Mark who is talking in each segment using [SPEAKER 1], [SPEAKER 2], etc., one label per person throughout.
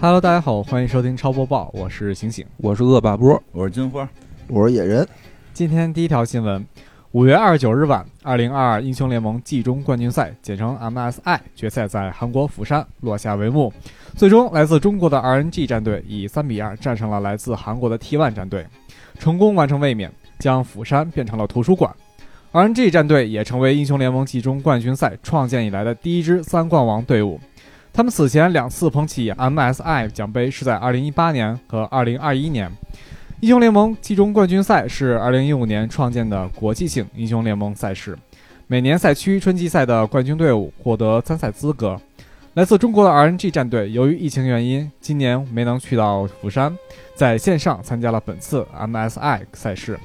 [SPEAKER 1] Hello，大家好，欢迎收听超播报，我是醒醒。
[SPEAKER 2] 我是恶霸波，
[SPEAKER 3] 我是金花，
[SPEAKER 4] 我是野人，
[SPEAKER 1] 今天第一条新闻，五月二十九日晚，二零二二英雄联盟季中冠军赛（简称 MSI） 决赛在韩国釜山落下帷幕，最终来自中国的 RNG 战队以三比二战胜了来自韩国的 T1 战队，成功完成卫冕，将釜山变成了图书馆。RNG 战队也成为英雄联盟季中冠军赛创建以来的第一支三冠王队伍。他们此前两次捧起 MSI 奖杯是在2018年和2021年。英雄联盟季中冠军赛是2015年创建的国际性英雄联盟赛事，每年赛区春季赛的冠军队伍获得参赛资格。来自中国的 RNG 战队由于疫情原因，今年没能去到釜山，在线上参加了本次 MSI 赛事。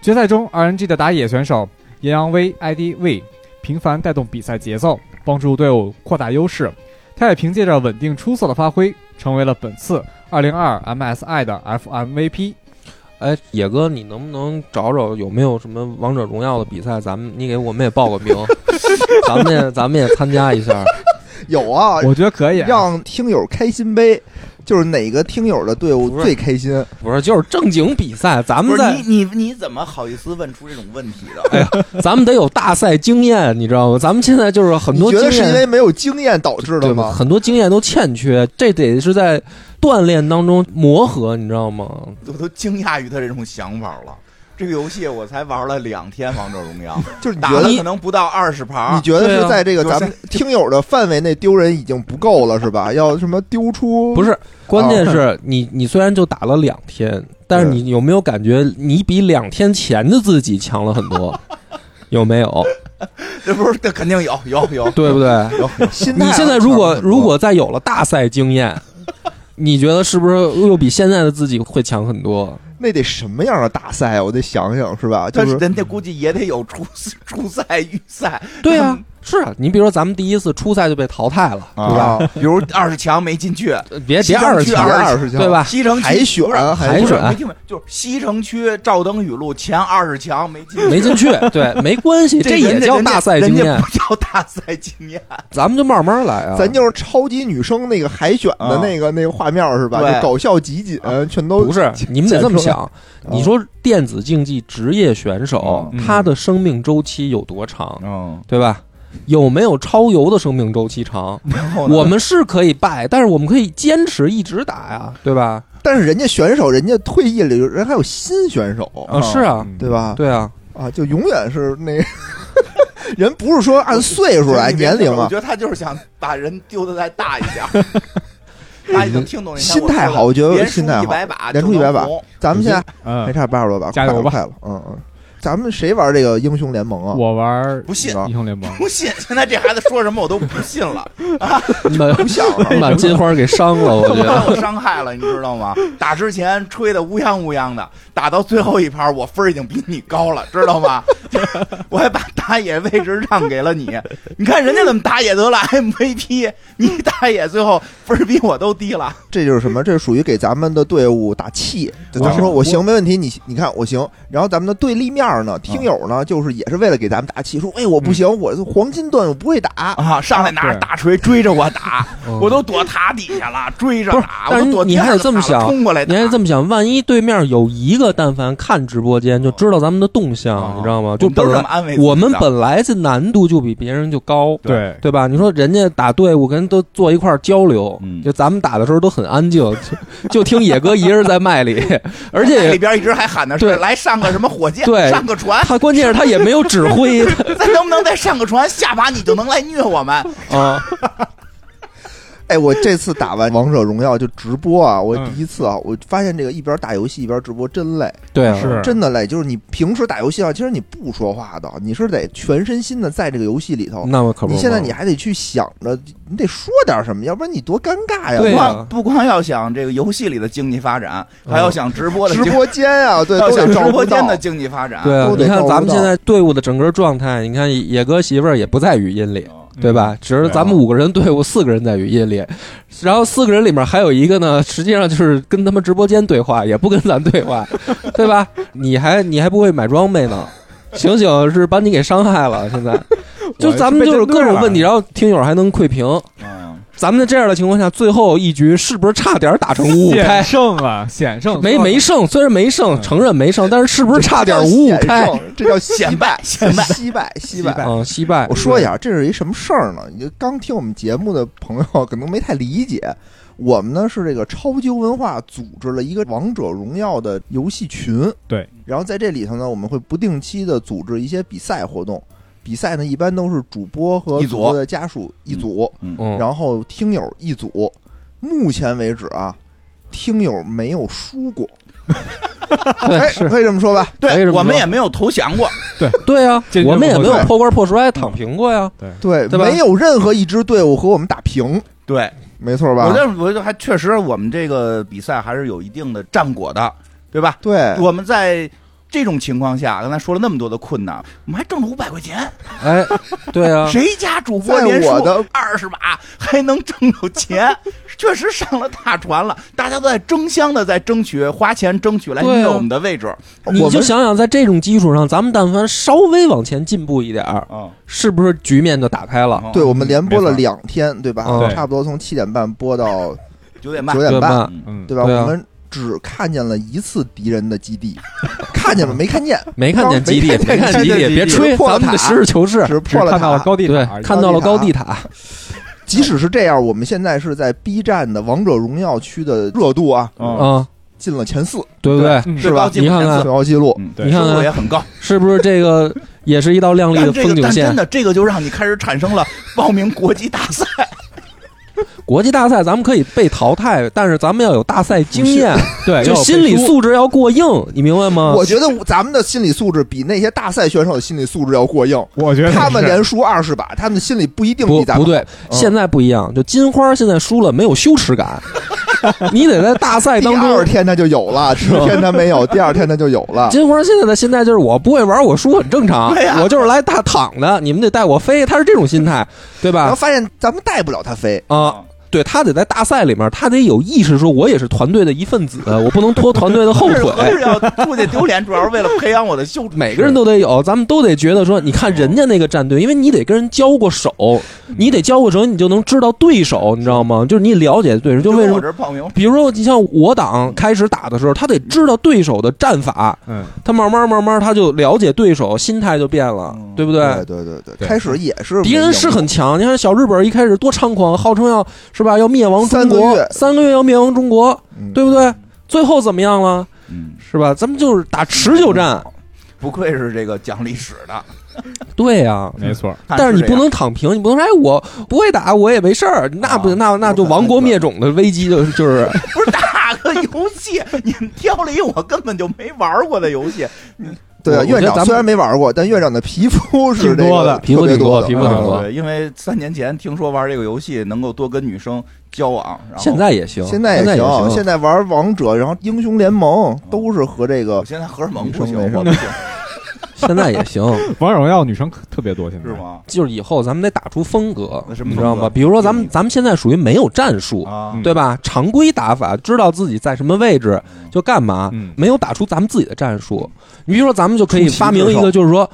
[SPEAKER 1] 决赛中，RNG 的打野选手严阳威 ID V 频繁带动比赛节奏，帮助队伍扩大优势。他也凭借着稳定出色的发挥，成为了本次2022 MSI 的 FMVP。
[SPEAKER 2] 哎，野哥，你能不能找找有没有什么王者荣耀的比赛？咱们你给我们也报 个名，咱们也咱们也参加一下。
[SPEAKER 4] 有啊，
[SPEAKER 1] 我觉得可以啊，
[SPEAKER 4] 让听友开心呗，就是哪个听友的队伍最开心？
[SPEAKER 2] 不是，就是正经比赛，咱
[SPEAKER 3] 不
[SPEAKER 2] 们
[SPEAKER 3] 是
[SPEAKER 2] 在哎
[SPEAKER 3] 你你你怎么好意思问出这种问题的？
[SPEAKER 2] 咱们得有大赛经验，你知道吗？咱们现在就是很
[SPEAKER 4] 你
[SPEAKER 2] 多
[SPEAKER 4] 觉
[SPEAKER 2] 经
[SPEAKER 4] 得是因
[SPEAKER 2] 验，
[SPEAKER 4] 为没有经验导致的
[SPEAKER 2] 对
[SPEAKER 4] 吗？，
[SPEAKER 2] 很多经验都欠缺，这得是在锻炼当中磨合，你知道吗？
[SPEAKER 3] 我都惊讶于他这种想法了。这个游戏我才玩了两天《王者荣耀》
[SPEAKER 4] 就是你
[SPEAKER 3] 打
[SPEAKER 4] 觉
[SPEAKER 3] 了
[SPEAKER 4] 得
[SPEAKER 3] 可能不到二十
[SPEAKER 4] 你
[SPEAKER 3] 盘。
[SPEAKER 4] 觉得
[SPEAKER 2] 对
[SPEAKER 4] 是
[SPEAKER 2] 啊
[SPEAKER 4] 在这个
[SPEAKER 3] 就
[SPEAKER 4] 咱们听友的范围内丢人已经不够了是吧？要什么丢出
[SPEAKER 2] 不？是，关
[SPEAKER 4] 哦
[SPEAKER 2] 键是你你虽然就打了两天，但是你有没有感觉你比两天前的自己强了很多？有没有？
[SPEAKER 3] 这不是，这肯定有有有。
[SPEAKER 2] 对不对？
[SPEAKER 3] 有
[SPEAKER 4] 心态
[SPEAKER 2] 你
[SPEAKER 4] 啊
[SPEAKER 2] 现在如
[SPEAKER 4] 差
[SPEAKER 2] 果
[SPEAKER 4] 很多
[SPEAKER 2] 如果再有了大赛经验， 你觉得是不是又比现在的自己会强很多？
[SPEAKER 4] 那得什么样的大赛啊？我得想想是吧？就
[SPEAKER 3] 但是
[SPEAKER 4] 是
[SPEAKER 3] 人家估计也得有初初赛、 预赛，
[SPEAKER 2] 对啊，是啊。你比如说咱们第一次初赛就被淘汰了，
[SPEAKER 3] 对吧？
[SPEAKER 4] 啊，
[SPEAKER 3] 比如二十强没进去，
[SPEAKER 2] 呃别
[SPEAKER 3] 西
[SPEAKER 2] 别
[SPEAKER 3] 城
[SPEAKER 2] 二十
[SPEAKER 3] 区
[SPEAKER 2] 强，
[SPEAKER 3] 二
[SPEAKER 4] 十强
[SPEAKER 2] 对吧？
[SPEAKER 3] 西城区
[SPEAKER 4] 海选
[SPEAKER 3] 不是
[SPEAKER 4] 海
[SPEAKER 3] 不是
[SPEAKER 2] 选啊
[SPEAKER 3] 没听明白，就是西城区赵登禹路前二十强没进去。
[SPEAKER 2] 没进去，对，没关系，这
[SPEAKER 3] 人
[SPEAKER 2] 也
[SPEAKER 3] 家
[SPEAKER 2] 叫
[SPEAKER 3] 人家
[SPEAKER 2] 大赛经
[SPEAKER 3] 人
[SPEAKER 2] 验
[SPEAKER 3] 家，不叫大赛经验。
[SPEAKER 2] 咱们就慢慢来啊。
[SPEAKER 4] 咱就是超级女生那个海选的那个那个画面是吧？
[SPEAKER 3] 对
[SPEAKER 4] 就搞笑集锦全都
[SPEAKER 2] 不是，你们得这
[SPEAKER 4] 剪
[SPEAKER 2] 么
[SPEAKER 4] 出来
[SPEAKER 2] 想。你说电子竞技职业选手，
[SPEAKER 3] 嗯
[SPEAKER 2] 他的生命周期有多长，
[SPEAKER 3] 嗯，
[SPEAKER 2] 对吧？有没有超游的生命周期长？
[SPEAKER 3] 然后呢
[SPEAKER 2] 我们是可以败，但是我们可以坚持一直打呀，对吧？
[SPEAKER 4] 但是人家选手，人家退役了，人还有新选手，
[SPEAKER 3] 哦
[SPEAKER 2] 啊，是啊，
[SPEAKER 1] 嗯
[SPEAKER 4] 对？吧？
[SPEAKER 2] 对啊，
[SPEAKER 4] 啊，就永远是那 人不是说按岁数来
[SPEAKER 3] 你别
[SPEAKER 4] 年龄
[SPEAKER 3] 说我
[SPEAKER 4] 啊
[SPEAKER 3] 觉，得他就是想把人丢的再大一点儿。他已经听懂那天我说的
[SPEAKER 4] 心态好我觉得
[SPEAKER 3] 连
[SPEAKER 4] 心态
[SPEAKER 3] 输
[SPEAKER 4] 好
[SPEAKER 3] 一百把，
[SPEAKER 4] 连输一百把，咱们现在还
[SPEAKER 1] 嗯，
[SPEAKER 4] 差八十多把，
[SPEAKER 1] 加
[SPEAKER 4] 快
[SPEAKER 1] 油
[SPEAKER 4] 了
[SPEAKER 1] 吧
[SPEAKER 4] 快了，嗯嗯。咱们谁玩这个英雄联盟啊？
[SPEAKER 1] 我玩
[SPEAKER 3] 不信
[SPEAKER 4] 你知道
[SPEAKER 1] 英雄联盟，
[SPEAKER 3] 不信。现在这孩子说什么我都不信了，
[SPEAKER 2] 把
[SPEAKER 4] 不想玩
[SPEAKER 2] 把 金花给伤了，我觉
[SPEAKER 3] 把
[SPEAKER 2] 得。
[SPEAKER 3] 我伤害了，你知道吗？打之前吹的乌泱乌泱的，打到最后一盘我分儿已经比你高了，知道吗？我还把打野位置让给了你，你看人家怎么打野得了 MVP，你打野最后分儿比我都低了。
[SPEAKER 4] 这就是什么？这是属于给咱们的队伍打气。就咱们说
[SPEAKER 1] 我
[SPEAKER 4] 我行没问题，你你看我行。然后咱们的对立面呢，
[SPEAKER 1] 嗯
[SPEAKER 4] 听友呢，就是也是为了给咱们打气，说哎我不行，我黄金段我不会打。
[SPEAKER 3] 啊，上来拿着
[SPEAKER 1] 对
[SPEAKER 3] 大锤追着我打，
[SPEAKER 2] 嗯
[SPEAKER 3] 我都躲塔底下了，追着
[SPEAKER 2] 不是
[SPEAKER 3] 打，
[SPEAKER 2] 但
[SPEAKER 3] 我
[SPEAKER 2] 是
[SPEAKER 3] 都躲
[SPEAKER 2] 你
[SPEAKER 3] 第二
[SPEAKER 2] 还得
[SPEAKER 3] 个
[SPEAKER 2] 这么
[SPEAKER 3] 塔了
[SPEAKER 2] 想
[SPEAKER 3] 冲过来
[SPEAKER 2] 你
[SPEAKER 3] 打，
[SPEAKER 2] 还得这么想，万一对面有一个，但凡看直播间就知道咱们的动向，你知道吗？就
[SPEAKER 3] 哦我们都
[SPEAKER 2] 本
[SPEAKER 3] 是这
[SPEAKER 2] 来
[SPEAKER 3] 么安慰自己的
[SPEAKER 2] 我们本来这难度就比别人就高，
[SPEAKER 1] 对，
[SPEAKER 2] 对吧？你说人家打队伍跟人都坐一块儿交流，
[SPEAKER 3] 嗯
[SPEAKER 2] 就咱们打的时候都很安静，就就听野哥一人在 麦里，而
[SPEAKER 3] 里
[SPEAKER 2] 且
[SPEAKER 3] 边一直还喊的
[SPEAKER 2] 对
[SPEAKER 3] 是来上个什么火箭，
[SPEAKER 2] 对
[SPEAKER 3] 上个船，
[SPEAKER 2] 他关键是他也没有指 挥
[SPEAKER 3] 咱能不能再上个船，下把你就能来虐我们？
[SPEAKER 2] 啊，
[SPEAKER 4] 哎，我这次打完王者荣耀就直播啊，我
[SPEAKER 1] 嗯
[SPEAKER 4] 第一次啊，我发现这个一边打游戏一边直播真累，
[SPEAKER 2] 对啊，
[SPEAKER 1] 是
[SPEAKER 4] 真的累。就是你平时打游戏啊，其实你不说话的，你是得全身心的在这个游戏里头。
[SPEAKER 2] 那么嗯可不嘛，
[SPEAKER 4] 你现在你还得去想着，你得说点什么，要不然你多尴尬呀！
[SPEAKER 2] 对
[SPEAKER 3] 不
[SPEAKER 2] 啊
[SPEAKER 3] 光不光要想这个游戏里的经济发展，还
[SPEAKER 2] 哦
[SPEAKER 3] 要想直播的
[SPEAKER 4] 直
[SPEAKER 3] 经，
[SPEAKER 4] 播间啊，对，
[SPEAKER 3] 要
[SPEAKER 4] 都
[SPEAKER 3] 想
[SPEAKER 4] 得照
[SPEAKER 3] 直
[SPEAKER 4] 顾
[SPEAKER 3] 播间
[SPEAKER 4] 到
[SPEAKER 3] 的经济发展。
[SPEAKER 2] 对啊
[SPEAKER 4] 都，
[SPEAKER 2] 你
[SPEAKER 4] 得
[SPEAKER 2] 看
[SPEAKER 4] 照顾
[SPEAKER 2] 咱们
[SPEAKER 4] 到
[SPEAKER 2] 现在队伍的整个状态，你看野哥媳妇儿也不在语音里。
[SPEAKER 3] 嗯
[SPEAKER 2] 对吧？只是咱们五个人队伍，四个人在语音里，然后四个人里面还有一个呢，实际上就是跟他们直播间对话，也不跟咱对话，对吧？你还你还不会买装备呢，醒醒是把你给伤害了，现在就咱们就是各种问题，然后听友还能窥屏，
[SPEAKER 3] 嗯，
[SPEAKER 2] 咱们在这样的情况下，最后一局是不是差点打成五五开
[SPEAKER 1] 险？胜了，险胜，
[SPEAKER 2] 没没胜，虽然没胜，承认没胜，但是是不是差点五五开？
[SPEAKER 4] 这叫显摆，
[SPEAKER 3] 显摆
[SPEAKER 4] 惜败，惜败。
[SPEAKER 2] 嗯，惜败。
[SPEAKER 4] 我说一下，这是一什么事儿呢？你就刚听我们节目的朋友可能没太理解。我们呢是这个超级文化组织了一个王者荣耀的游戏群，
[SPEAKER 1] 对。
[SPEAKER 4] 然后在这里头呢，我们会不定期的组织一些比赛活动。比赛呢，一般都是主播和
[SPEAKER 3] 一
[SPEAKER 4] 主
[SPEAKER 3] 组
[SPEAKER 4] 播的家属一组，
[SPEAKER 2] 嗯，
[SPEAKER 4] 然后听友一组。目前为止啊，听友没有输过，哎，可以这么说吧？
[SPEAKER 2] 哎
[SPEAKER 3] 对，
[SPEAKER 2] 这么说
[SPEAKER 3] 我们也没有投降过，
[SPEAKER 2] 对啊
[SPEAKER 1] 这，
[SPEAKER 2] 我们也没有
[SPEAKER 1] 对
[SPEAKER 2] 破罐破摔，躺平过呀。
[SPEAKER 4] 对，
[SPEAKER 2] 对吧
[SPEAKER 4] 没有任何一支队伍和我们打平，
[SPEAKER 3] 对，
[SPEAKER 4] 没错吧
[SPEAKER 3] 我？这我这还确实，我们这个比赛还是有一定的战果的，对吧？
[SPEAKER 4] 对，
[SPEAKER 2] 哎
[SPEAKER 3] 我们在这种情况下，刚才说了那么多的困难，我们还挣了五百块钱，
[SPEAKER 2] 哎，对啊，
[SPEAKER 3] 谁家主播
[SPEAKER 4] 在
[SPEAKER 3] 连
[SPEAKER 4] 我
[SPEAKER 3] 输
[SPEAKER 4] 的
[SPEAKER 3] 二十把还能挣着 钱，确实上了大船了。大家都在争相的在争取花钱争取来
[SPEAKER 2] 对啊
[SPEAKER 3] 虐我们的位置，
[SPEAKER 2] 你
[SPEAKER 4] 我
[SPEAKER 2] 就
[SPEAKER 4] 们
[SPEAKER 2] 想想，在这种基础上，咱们但凡稍微往前进步一点儿，
[SPEAKER 3] 嗯，
[SPEAKER 2] 是不是局面就打开了？
[SPEAKER 4] 对，我们连播
[SPEAKER 1] 没
[SPEAKER 4] 了
[SPEAKER 1] 错
[SPEAKER 4] 两天，对吧？
[SPEAKER 2] 嗯
[SPEAKER 1] 对
[SPEAKER 4] 差不多从七点半播 到
[SPEAKER 3] 九点半
[SPEAKER 4] 九，点
[SPEAKER 2] 对
[SPEAKER 4] 半，
[SPEAKER 2] 吧？
[SPEAKER 3] 嗯
[SPEAKER 1] 嗯，
[SPEAKER 4] 对吧？
[SPEAKER 2] 对啊
[SPEAKER 4] 我们只看见了一次敌人的基地，看见了没看见？
[SPEAKER 2] 没看见基地，
[SPEAKER 4] 没看见
[SPEAKER 2] 没看见基
[SPEAKER 4] 基
[SPEAKER 2] 地，
[SPEAKER 4] 地
[SPEAKER 2] 别吹，
[SPEAKER 4] 破了
[SPEAKER 2] 咱们得
[SPEAKER 4] 塔
[SPEAKER 2] 实事求 是。
[SPEAKER 4] 只
[SPEAKER 1] 只
[SPEAKER 4] 破了
[SPEAKER 1] 看到了
[SPEAKER 4] 塔
[SPEAKER 1] 高地
[SPEAKER 2] 对
[SPEAKER 1] 塔而，已
[SPEAKER 2] 看到了高地塔，
[SPEAKER 4] 即使是这样，我们现在是在 B 站的王者荣耀区的热度啊，
[SPEAKER 3] 嗯，
[SPEAKER 2] 嗯，
[SPEAKER 4] 进了前四，
[SPEAKER 2] 对不对？
[SPEAKER 1] 嗯
[SPEAKER 4] 是
[SPEAKER 3] 最高
[SPEAKER 4] 吧
[SPEAKER 3] 进步
[SPEAKER 2] 你看看
[SPEAKER 3] 人
[SPEAKER 4] 最
[SPEAKER 3] 次
[SPEAKER 4] 高纪录。
[SPEAKER 3] 嗯，
[SPEAKER 1] 对
[SPEAKER 2] 你看
[SPEAKER 3] 收入
[SPEAKER 2] 看
[SPEAKER 3] 也很高。
[SPEAKER 2] 是不是这个也是一道亮丽的
[SPEAKER 3] 但这
[SPEAKER 2] 风
[SPEAKER 3] 个，
[SPEAKER 2] 景
[SPEAKER 3] 但
[SPEAKER 2] 线
[SPEAKER 3] 真？的，这个就让你开始产生了报名国际大赛。
[SPEAKER 2] 国际大赛咱们可以被淘汰，但是咱们要有大赛经验，
[SPEAKER 1] 对，
[SPEAKER 2] 就
[SPEAKER 1] 要有
[SPEAKER 2] 心理
[SPEAKER 1] 背书
[SPEAKER 2] 素质要过硬，你明白吗？
[SPEAKER 4] 我觉得咱们的心理素质比那些大赛选手的心理素质要过硬。
[SPEAKER 1] 我觉得
[SPEAKER 4] 他们
[SPEAKER 1] 是
[SPEAKER 4] 连输二十把，他们的心理不一定
[SPEAKER 2] 不
[SPEAKER 4] 比咱
[SPEAKER 2] 不
[SPEAKER 4] 们
[SPEAKER 2] 对，现在不一样，就金花现在输了没有羞耻感，你得在大赛
[SPEAKER 4] 第
[SPEAKER 2] 当
[SPEAKER 4] 二
[SPEAKER 2] 中。
[SPEAKER 4] 天他就有了，第一天他没有，第二天他就有了。
[SPEAKER 2] 金花现在的心态就是我不会玩，我输很正常，
[SPEAKER 3] 对呀
[SPEAKER 2] 我就是来大躺的，你们得带我飞，他是这种心态，对
[SPEAKER 4] 然后
[SPEAKER 2] 吧？
[SPEAKER 4] 发现咱们带不了他飞，
[SPEAKER 2] 啊、对他得在大赛里面，他得有意识，说我也是团队的一份子，我不能拖团队的后
[SPEAKER 3] 不 是合
[SPEAKER 2] 腿。
[SPEAKER 3] 适要出去丢脸，主要是为了培养我的羞耻。
[SPEAKER 2] 每个人都得有，咱们都得觉得说，你看人家那个战队，因为你得跟人交过手，你得交过手，你就能知道对手，你知道吗？就是你了解对手，就
[SPEAKER 3] 就
[SPEAKER 2] 为什
[SPEAKER 3] 跟
[SPEAKER 2] 么
[SPEAKER 3] 我这儿报名，
[SPEAKER 2] 比如说，你像我党开始打的时候，他得知道对手的战法，
[SPEAKER 1] 嗯，
[SPEAKER 2] 他慢慢慢慢他就了解对手，心态就变了
[SPEAKER 3] 嗯，
[SPEAKER 2] 对不
[SPEAKER 4] 对对对
[SPEAKER 2] 对？
[SPEAKER 4] 对，
[SPEAKER 1] 对
[SPEAKER 4] 开始也是
[SPEAKER 2] 敌人是很强，你看小日本一开始多猖狂，号称要是吧，要灭亡中
[SPEAKER 4] 三个
[SPEAKER 2] 国
[SPEAKER 4] 月，
[SPEAKER 2] 三个月要灭亡中国，
[SPEAKER 4] 嗯
[SPEAKER 2] 对不对？最后怎么样了？
[SPEAKER 3] 嗯
[SPEAKER 2] 是吧？咱们就是打持久
[SPEAKER 4] 嗯
[SPEAKER 2] 战，
[SPEAKER 3] 不愧是这个讲历史的。
[SPEAKER 2] 对呀。
[SPEAKER 1] 没错，
[SPEAKER 2] 但是你不能躺平，你不能说哎我不会打，我也没事儿，那不
[SPEAKER 3] 啊
[SPEAKER 2] 那那就亡国灭种的危机就 就是
[SPEAKER 3] 这样 不是打个游戏，你们挑了一我根本就没玩过的游戏，
[SPEAKER 4] 对啊
[SPEAKER 2] 我我觉
[SPEAKER 4] 院
[SPEAKER 2] 得
[SPEAKER 4] 长
[SPEAKER 2] 咱
[SPEAKER 4] 虽然
[SPEAKER 2] 们
[SPEAKER 4] 没玩过，但院长的皮 肤是
[SPEAKER 1] 挺
[SPEAKER 4] 这
[SPEAKER 1] 多
[SPEAKER 4] 个
[SPEAKER 1] 的
[SPEAKER 4] 特别
[SPEAKER 2] 皮肤挺多
[SPEAKER 4] 的
[SPEAKER 2] 皮肤
[SPEAKER 4] 嗯
[SPEAKER 2] 挺多
[SPEAKER 3] 对，因为三年前听说玩这个游戏能够多跟女生交往，然后
[SPEAKER 2] 现在也行，哦
[SPEAKER 4] 现在也
[SPEAKER 2] 也
[SPEAKER 4] 行，现在玩王者，然后英雄联盟都是和这
[SPEAKER 3] 我
[SPEAKER 4] 个
[SPEAKER 3] 现在荷尔蒙不
[SPEAKER 4] 女
[SPEAKER 3] 行，
[SPEAKER 4] 生没事
[SPEAKER 3] 我不行，
[SPEAKER 2] 现在也行，
[SPEAKER 1] 王者荣耀女生可特别多，现在
[SPEAKER 3] 是？吗？
[SPEAKER 2] 就是以后咱们得打出风格，
[SPEAKER 3] 那什么
[SPEAKER 2] 你知道
[SPEAKER 3] 风格嗯
[SPEAKER 2] 吗？比如说咱们咱们现在属于没有战术，
[SPEAKER 3] 啊，
[SPEAKER 1] 嗯
[SPEAKER 2] 对吧？常规打法，知道自己在什么位置就干嘛
[SPEAKER 1] 嗯，
[SPEAKER 2] 没有打出咱们自己的战术。你比如说，咱们就可以
[SPEAKER 4] 出奇
[SPEAKER 2] 发明
[SPEAKER 4] 制
[SPEAKER 2] 一
[SPEAKER 4] 胜
[SPEAKER 2] 个，就是说，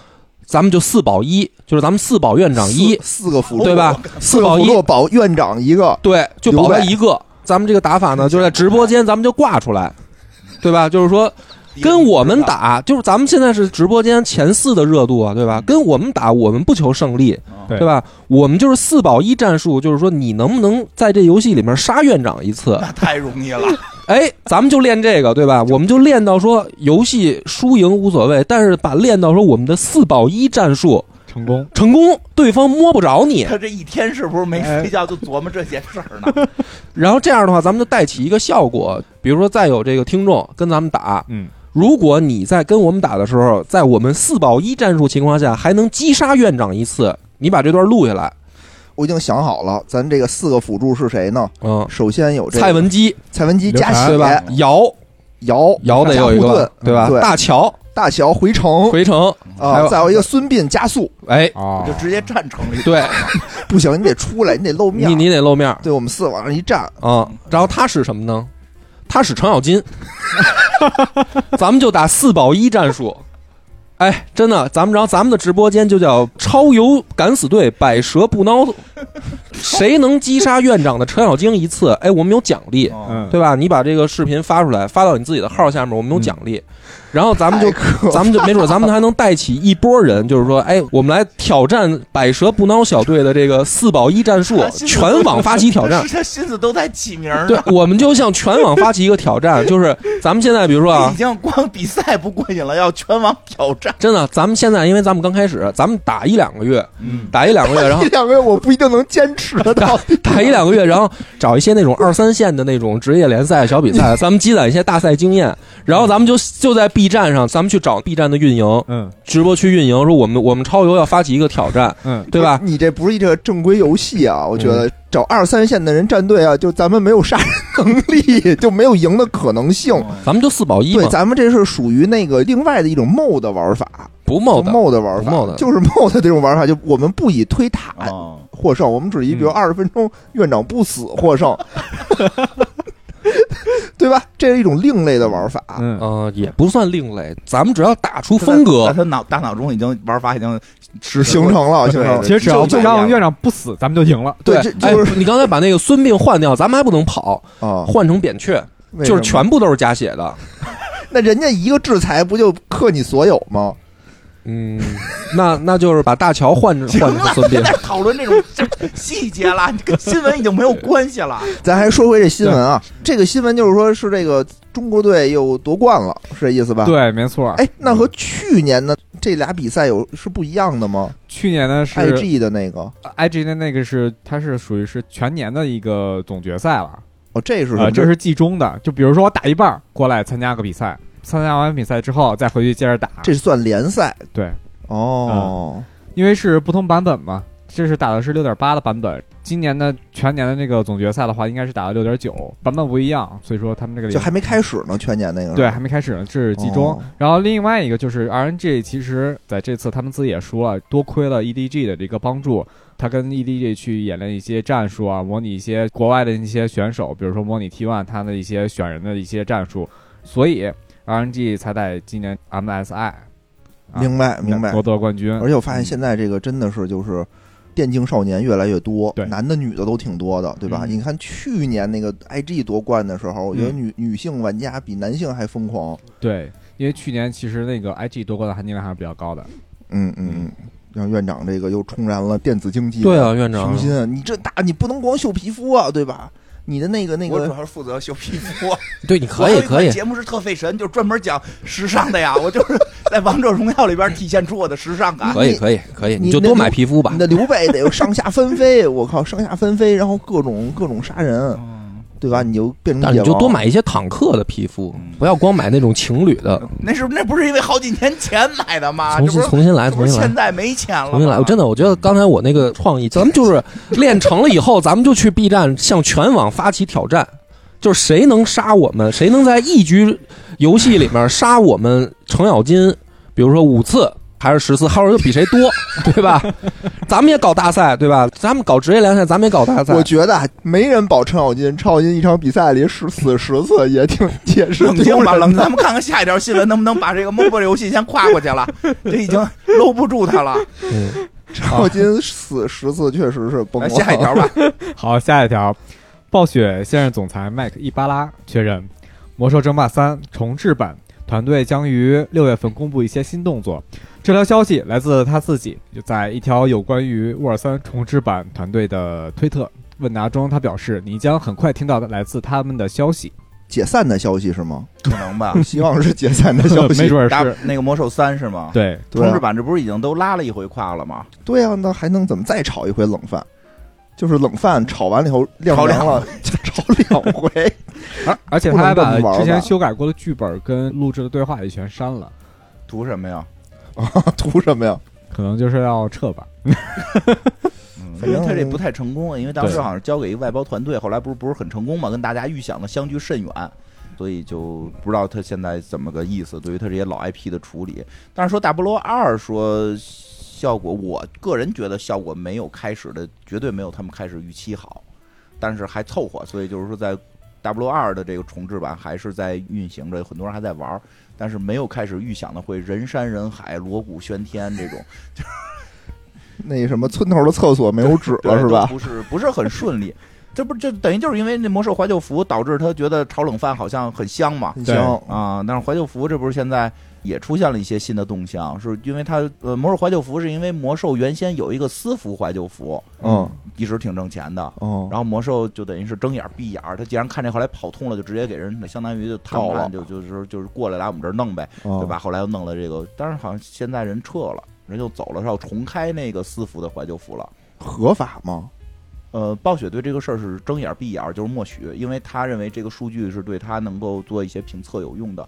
[SPEAKER 2] 咱们就四保一，就是咱们四保院长一
[SPEAKER 4] 四，四个辅助
[SPEAKER 2] 对？吧？
[SPEAKER 4] 四
[SPEAKER 2] 四
[SPEAKER 4] 个
[SPEAKER 2] 保
[SPEAKER 4] 辅
[SPEAKER 2] 一
[SPEAKER 4] 助，保院长一个，
[SPEAKER 2] 对，就保
[SPEAKER 4] 刘
[SPEAKER 2] 他
[SPEAKER 4] 备
[SPEAKER 2] 一个。咱们这个打法呢，就是在直播间咱们就挂出来，对吧？就是说，跟我们打，就是咱们现在是直播间前四的热度啊，对吧？
[SPEAKER 3] 嗯
[SPEAKER 2] 跟我们打，我们不求胜利，
[SPEAKER 1] 对
[SPEAKER 2] 对吧？我们就是四保一战术，就是说你能不能在这游戏里面杀院长一 次？
[SPEAKER 3] 那太容易了，
[SPEAKER 2] 哎，咱们就练这个，对吧？我们就练到说游戏输赢无所谓，但是把练到说我们的四保一战术
[SPEAKER 1] 成功，
[SPEAKER 2] 成功，对方摸不着 你。
[SPEAKER 3] 他这一天是不是没
[SPEAKER 4] 哎
[SPEAKER 3] 睡觉就琢磨这些事儿呢？
[SPEAKER 2] 然后这样的话，咱们就带起一个效果，比如说再有这个听众跟咱们打，
[SPEAKER 1] 嗯，
[SPEAKER 2] 如果你在跟我们打的时候，在我们四保一战术情况下还能击杀院长一次，你把这段录下来。
[SPEAKER 4] 我已经想好了，咱这个四个辅助是谁呢？
[SPEAKER 2] 嗯，
[SPEAKER 4] 首先有这个
[SPEAKER 2] 蔡文姬
[SPEAKER 4] 蔡文姬
[SPEAKER 1] 刘
[SPEAKER 4] 加
[SPEAKER 1] 禅
[SPEAKER 4] 血
[SPEAKER 2] 对吧？姚
[SPEAKER 4] 姚
[SPEAKER 2] 姚得有一
[SPEAKER 4] 贾护
[SPEAKER 2] 个
[SPEAKER 4] 盾
[SPEAKER 2] 对
[SPEAKER 4] 嗯
[SPEAKER 2] 吧？
[SPEAKER 4] 对
[SPEAKER 2] 大乔
[SPEAKER 4] 大乔回城
[SPEAKER 2] 回城，还
[SPEAKER 4] 啊，
[SPEAKER 2] 有
[SPEAKER 4] 再有一个孙膑加速，
[SPEAKER 2] 哎，
[SPEAKER 1] 哦
[SPEAKER 3] 就，直接站城里，，
[SPEAKER 2] 对
[SPEAKER 4] 不行，你得出来，你得露面
[SPEAKER 2] 你。你得露面儿
[SPEAKER 4] 对我们四往上一站，
[SPEAKER 2] 啊。然后他使什么呢？他使程咬金，咱们就打四保一战术。哎，真的，咱们然后咱们的直播间就叫“超游敢死队，百蛇不挠”，谁能击杀院长的程咬金一次，哎，我们有奖励，
[SPEAKER 1] 嗯，
[SPEAKER 2] 对吧？你把这个视频发出来，发到你自己的号下面，我们有奖励，然后咱们就 咱们就没准咱们还能带起一波人，就是说，哎，我们来挑战百蛇不挠小队的这个四保一战
[SPEAKER 4] 嗯
[SPEAKER 2] 术全网发起挑战。
[SPEAKER 3] 他心思都在起名儿
[SPEAKER 2] 对
[SPEAKER 3] 呢。，
[SPEAKER 2] 我们就向全网发起一个挑战，就是咱们现在比如说啊
[SPEAKER 3] 已，经光比赛不过瘾了，要全网挑战。
[SPEAKER 2] 真的，咱们现在因为咱们刚开始，咱们打一两个月，
[SPEAKER 3] 嗯，
[SPEAKER 2] 打一两个月，哎 然后
[SPEAKER 4] 一两个月我不一定能坚持得 到。
[SPEAKER 2] 打一两个月，然后找一些那种二三线的那种职业联赛小比赛，咱们积攒一些大赛经验，然后咱们就就在 B 站上，咱们去找 B 站的运营
[SPEAKER 1] 嗯
[SPEAKER 2] 直播区运营，说我们我们超游要发起一个挑战，
[SPEAKER 1] 嗯，
[SPEAKER 2] 对吧？嗯
[SPEAKER 4] 你这不是一个正规游戏啊！我觉得找二三线的人站队啊，就咱们没有杀人能力， 就没有赢的可能
[SPEAKER 3] 哦
[SPEAKER 4] 性。
[SPEAKER 2] 咱们就四保哦一
[SPEAKER 4] 对，
[SPEAKER 2] 嘛，
[SPEAKER 4] 咱们这是属于那个另外的一种 mod 玩法
[SPEAKER 2] 不冒的，
[SPEAKER 4] ，mod 玩法
[SPEAKER 2] 不 mod
[SPEAKER 4] 就是 mod 这种玩法，就我们不以推塔
[SPEAKER 3] 哦，
[SPEAKER 4] 获胜，我们只以比如
[SPEAKER 1] 嗯
[SPEAKER 4] 二十分钟院长不死获胜， 对吧？这是一种另类的玩法。
[SPEAKER 1] 嗯
[SPEAKER 2] 嗯、也不算另类，咱们只要打出风
[SPEAKER 3] 在
[SPEAKER 2] 格，
[SPEAKER 3] 他脑大脑中已经玩法已经实
[SPEAKER 4] 形成了，形成了。
[SPEAKER 1] 其实只要
[SPEAKER 4] 就
[SPEAKER 1] 不让院长不死，咱们就赢了。
[SPEAKER 4] 对，
[SPEAKER 2] 这
[SPEAKER 4] 这就是
[SPEAKER 2] 哎、你刚才把那个孙膑换掉，咱们还不能跑，
[SPEAKER 4] 啊，
[SPEAKER 2] 换成扁鹊，
[SPEAKER 4] 为
[SPEAKER 2] 哎
[SPEAKER 4] 什
[SPEAKER 2] 就是
[SPEAKER 4] 么
[SPEAKER 2] 全部都是加血的。
[SPEAKER 4] 那人家一个制裁不就克你所有吗？
[SPEAKER 2] 嗯，那那就是把大乔换成
[SPEAKER 3] 行
[SPEAKER 2] 换
[SPEAKER 3] 了
[SPEAKER 2] 成孙，
[SPEAKER 3] 别
[SPEAKER 2] 膑
[SPEAKER 3] 再。讨论这种细节了，你跟新闻已经没有关系 了。
[SPEAKER 4] 咱还说回这新闻啊，这个新闻就是说是这个中国队又夺冠了，是这意思吧？。
[SPEAKER 1] 对，没错。
[SPEAKER 4] 哎，那和去年的这俩比赛有是不一样的吗
[SPEAKER 1] 去年呢是
[SPEAKER 4] ？IG 的那个
[SPEAKER 1] IG 的那个是，它是属于是全年的一个总决赛了，
[SPEAKER 4] 哦，这是什
[SPEAKER 1] 呃，
[SPEAKER 4] 么？
[SPEAKER 1] 这是季中的。就比如说我打一半儿过来参加个比赛，参加完比赛之后再回去接着打，
[SPEAKER 4] 这算联赛
[SPEAKER 1] 对，啊
[SPEAKER 4] 哦。
[SPEAKER 1] 因为是不同版本嘛。这是打的是六点八的版本，今年的全年的那个总决赛的话，应该是打的六点九，版本不一样，所以说他们这个
[SPEAKER 4] 就还没开始呢，全年那个
[SPEAKER 1] 对，还没开始呢，这是集中。
[SPEAKER 4] 嗯哦
[SPEAKER 1] 然后另外一个就是 RNG，其实在这次他们自己也说了，多亏了 EDG 的这个帮助，他跟 EDG 去演练一些战术啊，模拟一些国外的一些选手，比如说模拟 T1 他的一些选人的一些战术，所以 RNG 才在今年 MSI 啊
[SPEAKER 4] 明白明白
[SPEAKER 1] 夺。得冠军。
[SPEAKER 4] 而且我发现现在这个真的是就是。电竞少年越来越多
[SPEAKER 1] 对，
[SPEAKER 4] 男的女的都挺多的，对吧？
[SPEAKER 1] 嗯
[SPEAKER 4] 你看去年那个 IG 夺冠的时候，我觉得女女性玩家比男性还疯狂。
[SPEAKER 1] 对，因为去年其实那个 IG 夺冠的含金量还是比较高的。
[SPEAKER 4] 嗯嗯，嗯让院长这个又重燃了电子竞技。
[SPEAKER 2] 对，啊，院长
[SPEAKER 4] 雄，心啊！你这打你不能光秀皮肤啊，对吧？你的那个那
[SPEAKER 3] 我主要
[SPEAKER 4] 个，
[SPEAKER 3] 是负责修皮肤。
[SPEAKER 2] 对，你 可以
[SPEAKER 3] 我有一
[SPEAKER 2] 可
[SPEAKER 3] 款
[SPEAKER 2] 以，
[SPEAKER 3] 节目是特费神，就专门讲时尚的呀。我 就是在王者荣耀里边体现出我的时尚感。
[SPEAKER 2] 可以可以可以，
[SPEAKER 4] 你
[SPEAKER 2] 你就
[SPEAKER 4] 那
[SPEAKER 2] 多
[SPEAKER 4] 种
[SPEAKER 2] 买皮肤吧
[SPEAKER 4] 你。的刘备得有上下分飞，我靠，上下分飞，然后各种各种杀人，对吧？你就变成
[SPEAKER 2] 嗯但是
[SPEAKER 4] 野
[SPEAKER 2] 你就
[SPEAKER 4] 王
[SPEAKER 2] 多买一些坦克的皮肤
[SPEAKER 3] 嗯，
[SPEAKER 2] 不要光买那种情侣的。
[SPEAKER 3] 那是那不是因为好几年前买的吗？啊
[SPEAKER 2] 重
[SPEAKER 3] 这
[SPEAKER 2] 新
[SPEAKER 3] 不是
[SPEAKER 2] 重新来，
[SPEAKER 3] 这不
[SPEAKER 2] 重
[SPEAKER 3] 是
[SPEAKER 2] 新来
[SPEAKER 3] 现，在没钱了吗，
[SPEAKER 2] 重新来！我真的，我觉得刚才我那个创意，咱们 就是练成了以后，咱们就去 B 站向全网发起挑战，就是谁能杀我们，谁能在一局游戏里面杀我们程咬金，比如说五次还是十次，还有就比谁多， 对吧？咱们也搞大赛，对吧？咱们搞职业联赛，咱们也搞大赛
[SPEAKER 4] 我。觉得啊，没人保程咬金，程咬金一场比赛里十死十次 也挺也是
[SPEAKER 3] 冷
[SPEAKER 4] 丢
[SPEAKER 3] 静吧，
[SPEAKER 4] 人
[SPEAKER 3] 冷静。
[SPEAKER 4] 的。
[SPEAKER 3] 咱们看看下一条新闻能不能把这个 MOBA 游戏先跨过去 了，这已经搂不住他了。
[SPEAKER 2] 嗯
[SPEAKER 4] 程咬金死十次确实是崩
[SPEAKER 3] 来
[SPEAKER 4] 了。
[SPEAKER 3] 下 一条 吧，
[SPEAKER 1] 好，下一条，暴雪现任总裁麦克伊巴拉确认，《魔兽争霸三》重置版团队将于六月份公布一些新动作。这条消息来自他自己，就在一条有关于《沃尔三》重置版团队的推特问答中，他表示：“你将很快听到来自他们的消息。
[SPEAKER 4] 解散的消息是吗？啊
[SPEAKER 3] 可能吧
[SPEAKER 4] 希望是解散的 消 息。
[SPEAKER 1] 没准儿
[SPEAKER 3] 打
[SPEAKER 1] 是
[SPEAKER 3] 那个魔兽三是吗？，
[SPEAKER 1] 对，
[SPEAKER 4] 对啊
[SPEAKER 3] 重置版这不是已经都拉了一回胯了吗？
[SPEAKER 4] 对呀、那还能怎么再炒一回冷饭？就是冷饭炒完了以后晾
[SPEAKER 3] 炒
[SPEAKER 4] 凉
[SPEAKER 3] 两
[SPEAKER 4] 了，就 炒两回。
[SPEAKER 1] 而而且
[SPEAKER 4] 啊不
[SPEAKER 1] 他
[SPEAKER 4] 能
[SPEAKER 1] 还
[SPEAKER 4] 这
[SPEAKER 1] 把
[SPEAKER 4] 么玩儿
[SPEAKER 1] 之前
[SPEAKER 4] 吧
[SPEAKER 1] 修改过的剧本跟录制的对话也全删了，
[SPEAKER 3] 图什么呀？
[SPEAKER 4] 图什么呀？
[SPEAKER 1] 可能就是要撤版。
[SPEAKER 3] 嗯
[SPEAKER 4] 反
[SPEAKER 3] 因为
[SPEAKER 4] 正
[SPEAKER 3] 他这不太成功，因为当时
[SPEAKER 1] 对
[SPEAKER 3] 好像交给一个外包团队，后来不是不是很成功嘛，跟大家预想的相距甚远，所以就不知道他现在怎么个意思。对于他这些老 IP 的处理，但是说《大菠萝二》说效果，我个人觉得效果没有开始的，绝对没有他们开始预期好，但是还凑合，所以就是说在 W 二的这个重置版还是在运行着，很多人还在玩儿，但是没有开始预想的会人山人海、锣鼓喧天这种，
[SPEAKER 4] 那什么村头的厕所没有纸了
[SPEAKER 3] 对
[SPEAKER 4] 是
[SPEAKER 3] 都
[SPEAKER 4] 吧？
[SPEAKER 3] 不是，不是很顺利。这不这等于就是因为那魔兽怀旧服导致他觉得炒冷饭好像很香嘛，
[SPEAKER 4] 很
[SPEAKER 1] 对
[SPEAKER 4] 香，
[SPEAKER 3] 啊，但是怀旧服这不是现在也出现了一些新的动向，是因为它呃魔兽怀旧服是因为魔兽原先有一个私服怀旧服，
[SPEAKER 4] 嗯
[SPEAKER 3] 一直挺挣钱的。
[SPEAKER 4] 嗯，
[SPEAKER 3] 然后魔兽就等于是睁眼闭眼儿，他既然看这后来跑通了，就直接给人相当于就谈
[SPEAKER 4] 告了嗯
[SPEAKER 3] 判，就就是就是过来来我们这儿弄呗，对
[SPEAKER 4] 对？
[SPEAKER 3] 吧？后来又弄了这个，但是好像现在人撤了，人就走了，是要重开那个私服的怀旧服了。
[SPEAKER 4] 合法吗？
[SPEAKER 3] 呃，暴雪对这个事儿是睁眼闭眼儿，就是默许，因为他认为这个数据是对他能够做一些评测有用的。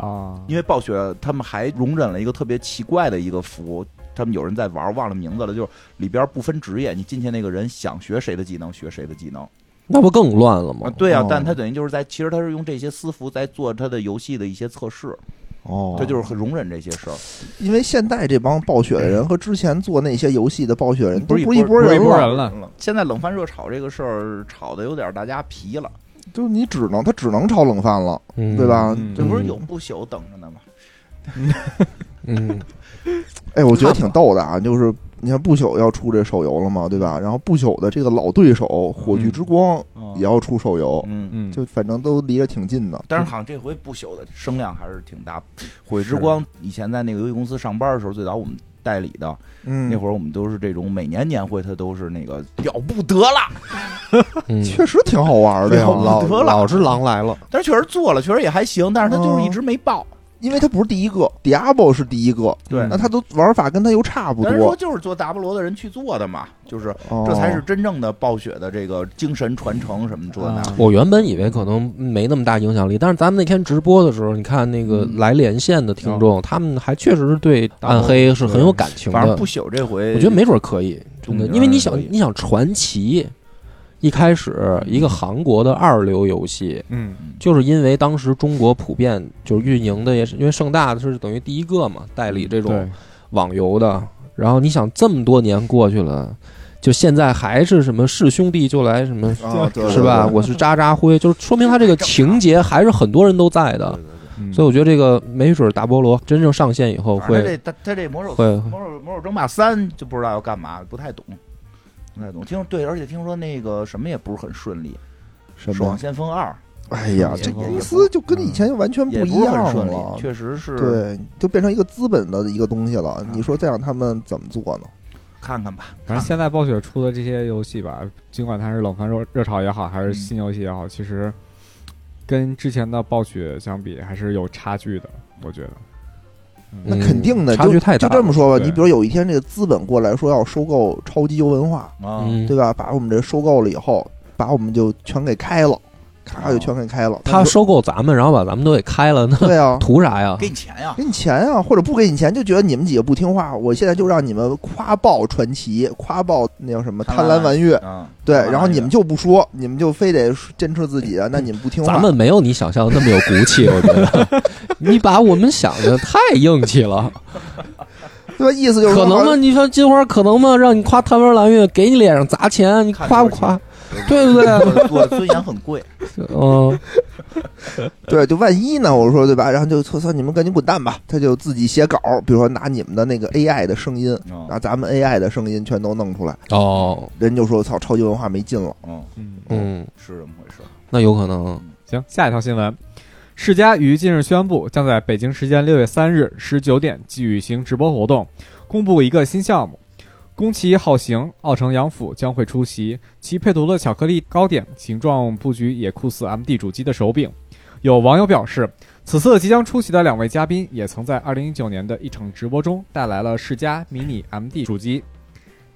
[SPEAKER 1] 啊，
[SPEAKER 3] 因为暴雪他们还容忍了一个特别奇怪的一个服务，他们有人在玩儿，忘了名字了，就是里边儿不分职业，你进去那个人想学谁的技能学谁的技能
[SPEAKER 2] 那不更乱了
[SPEAKER 3] 啊
[SPEAKER 2] 吗？，
[SPEAKER 3] 对啊
[SPEAKER 4] 哦，
[SPEAKER 3] 但他等于就是在其实他是用这些私服在做他的游戏的一些测试，
[SPEAKER 4] 哦
[SPEAKER 3] 他就是很容忍这些事儿，
[SPEAKER 4] 因为现在这帮暴雪的人和之前做那些游戏的暴雪人都
[SPEAKER 3] 不是一
[SPEAKER 4] 是一
[SPEAKER 3] 拨
[SPEAKER 4] 拨
[SPEAKER 1] 不是一啊
[SPEAKER 4] 人
[SPEAKER 1] 拨
[SPEAKER 4] 了，
[SPEAKER 1] 人了，
[SPEAKER 3] 嗯现在冷饭热炒这个事儿炒的有点儿大家皮了，
[SPEAKER 4] 就你只能他只能炒冷饭了，
[SPEAKER 2] 嗯
[SPEAKER 4] 对？吧？
[SPEAKER 1] 嗯
[SPEAKER 3] 这不是有不朽等着呢吗？
[SPEAKER 2] 嗯，
[SPEAKER 4] 哎，我觉得挺逗的啊，就是你看不朽要出这手游了嘛，对吧？然后不朽的这个老对手火炬之光也要出手游，
[SPEAKER 3] 嗯。
[SPEAKER 1] 嗯，
[SPEAKER 4] 就反正都离着挺近的。
[SPEAKER 3] 但是好像这回不朽的声量嗯还是挺大。火之光以前在那个游戏公司上班的时候，最早我们代理的，
[SPEAKER 4] 嗯，
[SPEAKER 3] 那会儿我们都是这种每年年会，他都是那个了不得了，
[SPEAKER 2] 嗯
[SPEAKER 4] 确实挺好玩的呀，
[SPEAKER 3] 了不
[SPEAKER 4] 老
[SPEAKER 3] 得了
[SPEAKER 2] 老只狼来了，
[SPEAKER 3] 但是确实做了，确实也还行，但是他就是一直没爆。
[SPEAKER 4] 因为他不是第一个，Diablo 是第一个，
[SPEAKER 1] 对
[SPEAKER 4] 那他都玩法跟他又差不
[SPEAKER 3] 嗯但是说
[SPEAKER 4] 多，
[SPEAKER 3] 就是做大菠萝的人去做的嘛，就是
[SPEAKER 4] 哦
[SPEAKER 3] 这才是真正的暴雪的这个精神传承什么这那
[SPEAKER 1] 啊。
[SPEAKER 2] 我原本以为可能没那么大影响力，但是咱们那天直播的时候，你看那个
[SPEAKER 3] 嗯
[SPEAKER 2] 来连线的听众，他们还确实是对暗黑是很有感情的。
[SPEAKER 3] 哦反正不朽这回，
[SPEAKER 2] 我觉得没准可以，真的，
[SPEAKER 3] 嗯
[SPEAKER 2] 因为你
[SPEAKER 3] 可
[SPEAKER 2] 想
[SPEAKER 3] 以，
[SPEAKER 2] 你想传奇，一开始一个韩国的二流游戏，
[SPEAKER 1] 嗯
[SPEAKER 2] 就是因为当时中国普遍就是运营的也是因为盛大是等于第一个嘛，代理这种
[SPEAKER 1] 对，
[SPEAKER 2] 网游的。然后你想这么多年过去了，就现在还是什么是兄弟就来什么。
[SPEAKER 4] 啊，对
[SPEAKER 2] 是吧？？我是渣渣辉，就是说明他这个情节还是很多人都在的，
[SPEAKER 1] 嗯
[SPEAKER 2] 所以我觉得这个没准大菠萝真正上线以后
[SPEAKER 3] 反正
[SPEAKER 2] 哦会
[SPEAKER 3] 这他他这魔兽
[SPEAKER 2] 会
[SPEAKER 3] 魔兽魔兽争霸三就不知道要干嘛，不太懂，不太懂。听对，而且听说那个什么也不是很顺利，
[SPEAKER 4] 什
[SPEAKER 3] 《守望
[SPEAKER 4] 么？
[SPEAKER 3] 先锋二
[SPEAKER 4] 哎呀，
[SPEAKER 3] 也
[SPEAKER 4] 这
[SPEAKER 3] 不
[SPEAKER 4] 公司就跟以前完全》
[SPEAKER 3] 也
[SPEAKER 4] 一
[SPEAKER 3] 不是很
[SPEAKER 4] 样
[SPEAKER 3] 顺
[SPEAKER 4] 了
[SPEAKER 3] 利，，确实是。
[SPEAKER 4] 对，就变成一个资本的一个东西了。你说再让他们怎么做呢？
[SPEAKER 3] 看看吧，
[SPEAKER 1] 反正现在暴雪出的这些游戏吧，尽管它是冷饭热热炒也好，还是新游戏也好，其实跟之前的暴雪相比，还是有差距的。我觉得，
[SPEAKER 4] 那
[SPEAKER 2] 嗯
[SPEAKER 4] 肯定的，
[SPEAKER 2] 差
[SPEAKER 4] 就
[SPEAKER 2] 距太
[SPEAKER 4] 就
[SPEAKER 2] 大了。
[SPEAKER 4] 这么说吧，
[SPEAKER 1] 对
[SPEAKER 4] 你比如有一天这个资本过来说要收购超级游文化，
[SPEAKER 3] 啊，
[SPEAKER 2] 嗯
[SPEAKER 4] 对吧？把我们这收购了以后，把我们就全给开了，咔就全给开了。那
[SPEAKER 2] 他
[SPEAKER 4] 你说
[SPEAKER 2] 收购咱们，然后把咱们都给开了，那
[SPEAKER 4] 对啊，
[SPEAKER 2] 图啥呀？
[SPEAKER 3] 给你钱呀，
[SPEAKER 4] 给你钱啊，或者不给你钱，就觉得你们几个不听话，我现在就让你们夸爆传奇，夸爆那叫什么
[SPEAKER 3] 贪
[SPEAKER 4] 贪
[SPEAKER 3] 婪
[SPEAKER 4] 婪玩乐，
[SPEAKER 3] 嗯，
[SPEAKER 4] 对，
[SPEAKER 3] 干嘛
[SPEAKER 4] 然后
[SPEAKER 3] 呀
[SPEAKER 4] 你们就不说，你们就非得坚持自己的，啊那你们不听
[SPEAKER 2] 咱
[SPEAKER 4] 话。
[SPEAKER 2] 们没有你想象的那么有骨气，我觉 得你把我们想的太硬气了。
[SPEAKER 4] 对吧？意思就是说
[SPEAKER 2] 可能
[SPEAKER 4] 好
[SPEAKER 2] 吗？
[SPEAKER 4] 像
[SPEAKER 2] 你说金花可能吗？让你夸贪玩蓝月，给你脸上砸钱，你夸不夸？对不对？
[SPEAKER 3] 我 我尊严很贵，
[SPEAKER 2] 嗯，
[SPEAKER 4] 对，就万一呢？我说对吧？然后就说说你们赶紧滚蛋吧，他就自己写稿，比如说拿你们的那个 AI 的声音，
[SPEAKER 3] 嗯
[SPEAKER 4] 拿咱们 AI 的声音全都弄出来，
[SPEAKER 2] 哦，
[SPEAKER 4] 人就说操，超级文化没劲了。
[SPEAKER 3] 嗯，
[SPEAKER 1] 嗯
[SPEAKER 2] 嗯，
[SPEAKER 3] 是这么回事。
[SPEAKER 2] 那有可能。
[SPEAKER 1] 行，下一条新闻，世嘉于近日宣布，将在北京时间六月三日十九点举行直播活动，公布一个新项目。宫崎浩行、奥城洋辅将会出席，其配图的巧克力糕点形状布局野酷似 MD 主机的手柄。有网友表示，此次即将出席的两位嘉宾也曾在2019年的一场直播中带来了世嘉迷你 MD 主机。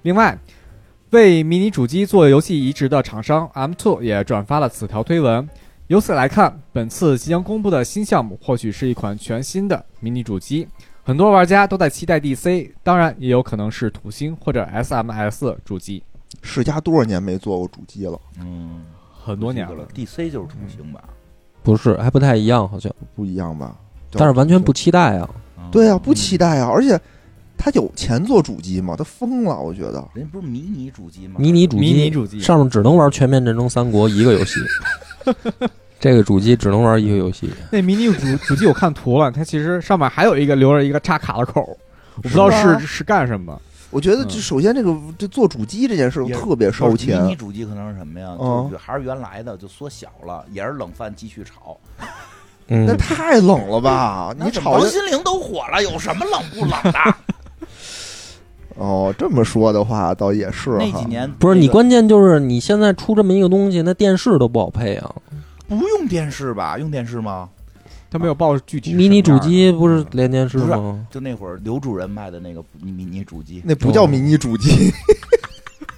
[SPEAKER 1] 另外，为迷你主机做游戏移植的厂商 M2 也转发了此条推文，由此来看，本次即将公布的新项目或许是一款全新的迷你主机，很多玩家都在期待 DC，当然也有可能是土星或者 SMS 主机，
[SPEAKER 4] 世嘉多少年没做过主机了，
[SPEAKER 3] 嗯，
[SPEAKER 1] 很多年
[SPEAKER 3] 了。。DC 就是重型吧？
[SPEAKER 2] 不是，还不太一样，好像，
[SPEAKER 4] 不一样吧？
[SPEAKER 2] 但是完全不期待啊。
[SPEAKER 3] 嗯
[SPEAKER 4] 对啊，不期待啊！而且他有钱做主机吗？他疯了，我觉得。
[SPEAKER 3] 人不是迷你主机吗？
[SPEAKER 2] 迷你主
[SPEAKER 1] 迷你
[SPEAKER 2] 机
[SPEAKER 1] 主机
[SPEAKER 2] 上面只能玩《全面战争三国》一个游戏，这个主机只能玩一个游戏，
[SPEAKER 1] 那迷你主主机我看图啊了，它其实上面还有一个留着一个插卡的口儿，我不知道
[SPEAKER 4] 是吗
[SPEAKER 1] 是是干什么。
[SPEAKER 4] 我觉得，就
[SPEAKER 1] 嗯
[SPEAKER 4] 首先这个这做主机这件事
[SPEAKER 3] 也
[SPEAKER 4] 特别烧钱
[SPEAKER 3] 迷，你主机可能是什么呀？
[SPEAKER 4] 嗯
[SPEAKER 3] 就是还是原来的，就缩小了，也是冷饭继续炒。
[SPEAKER 4] 那
[SPEAKER 2] 嗯，
[SPEAKER 4] 太冷 了吧？你
[SPEAKER 3] 那怎么
[SPEAKER 4] 炒
[SPEAKER 3] 王
[SPEAKER 4] 的
[SPEAKER 3] 心凌都火了，有什么冷不冷 的？
[SPEAKER 4] 哦，这么说的话倒也啊是
[SPEAKER 3] 那
[SPEAKER 4] 哈
[SPEAKER 3] 几。年
[SPEAKER 2] 不是你
[SPEAKER 3] 那个
[SPEAKER 2] 关键就是你现在出这么一个东西，那电视都不好配啊。
[SPEAKER 3] 不用电视吧？用电视吗？
[SPEAKER 1] 它没有报具体是什么
[SPEAKER 2] 迷
[SPEAKER 1] 样的。
[SPEAKER 2] 你主机不是连电视
[SPEAKER 3] 不是
[SPEAKER 2] 吗？
[SPEAKER 3] 就那会儿刘主任卖的那个迷你主机，
[SPEAKER 4] 那不叫迷你主机，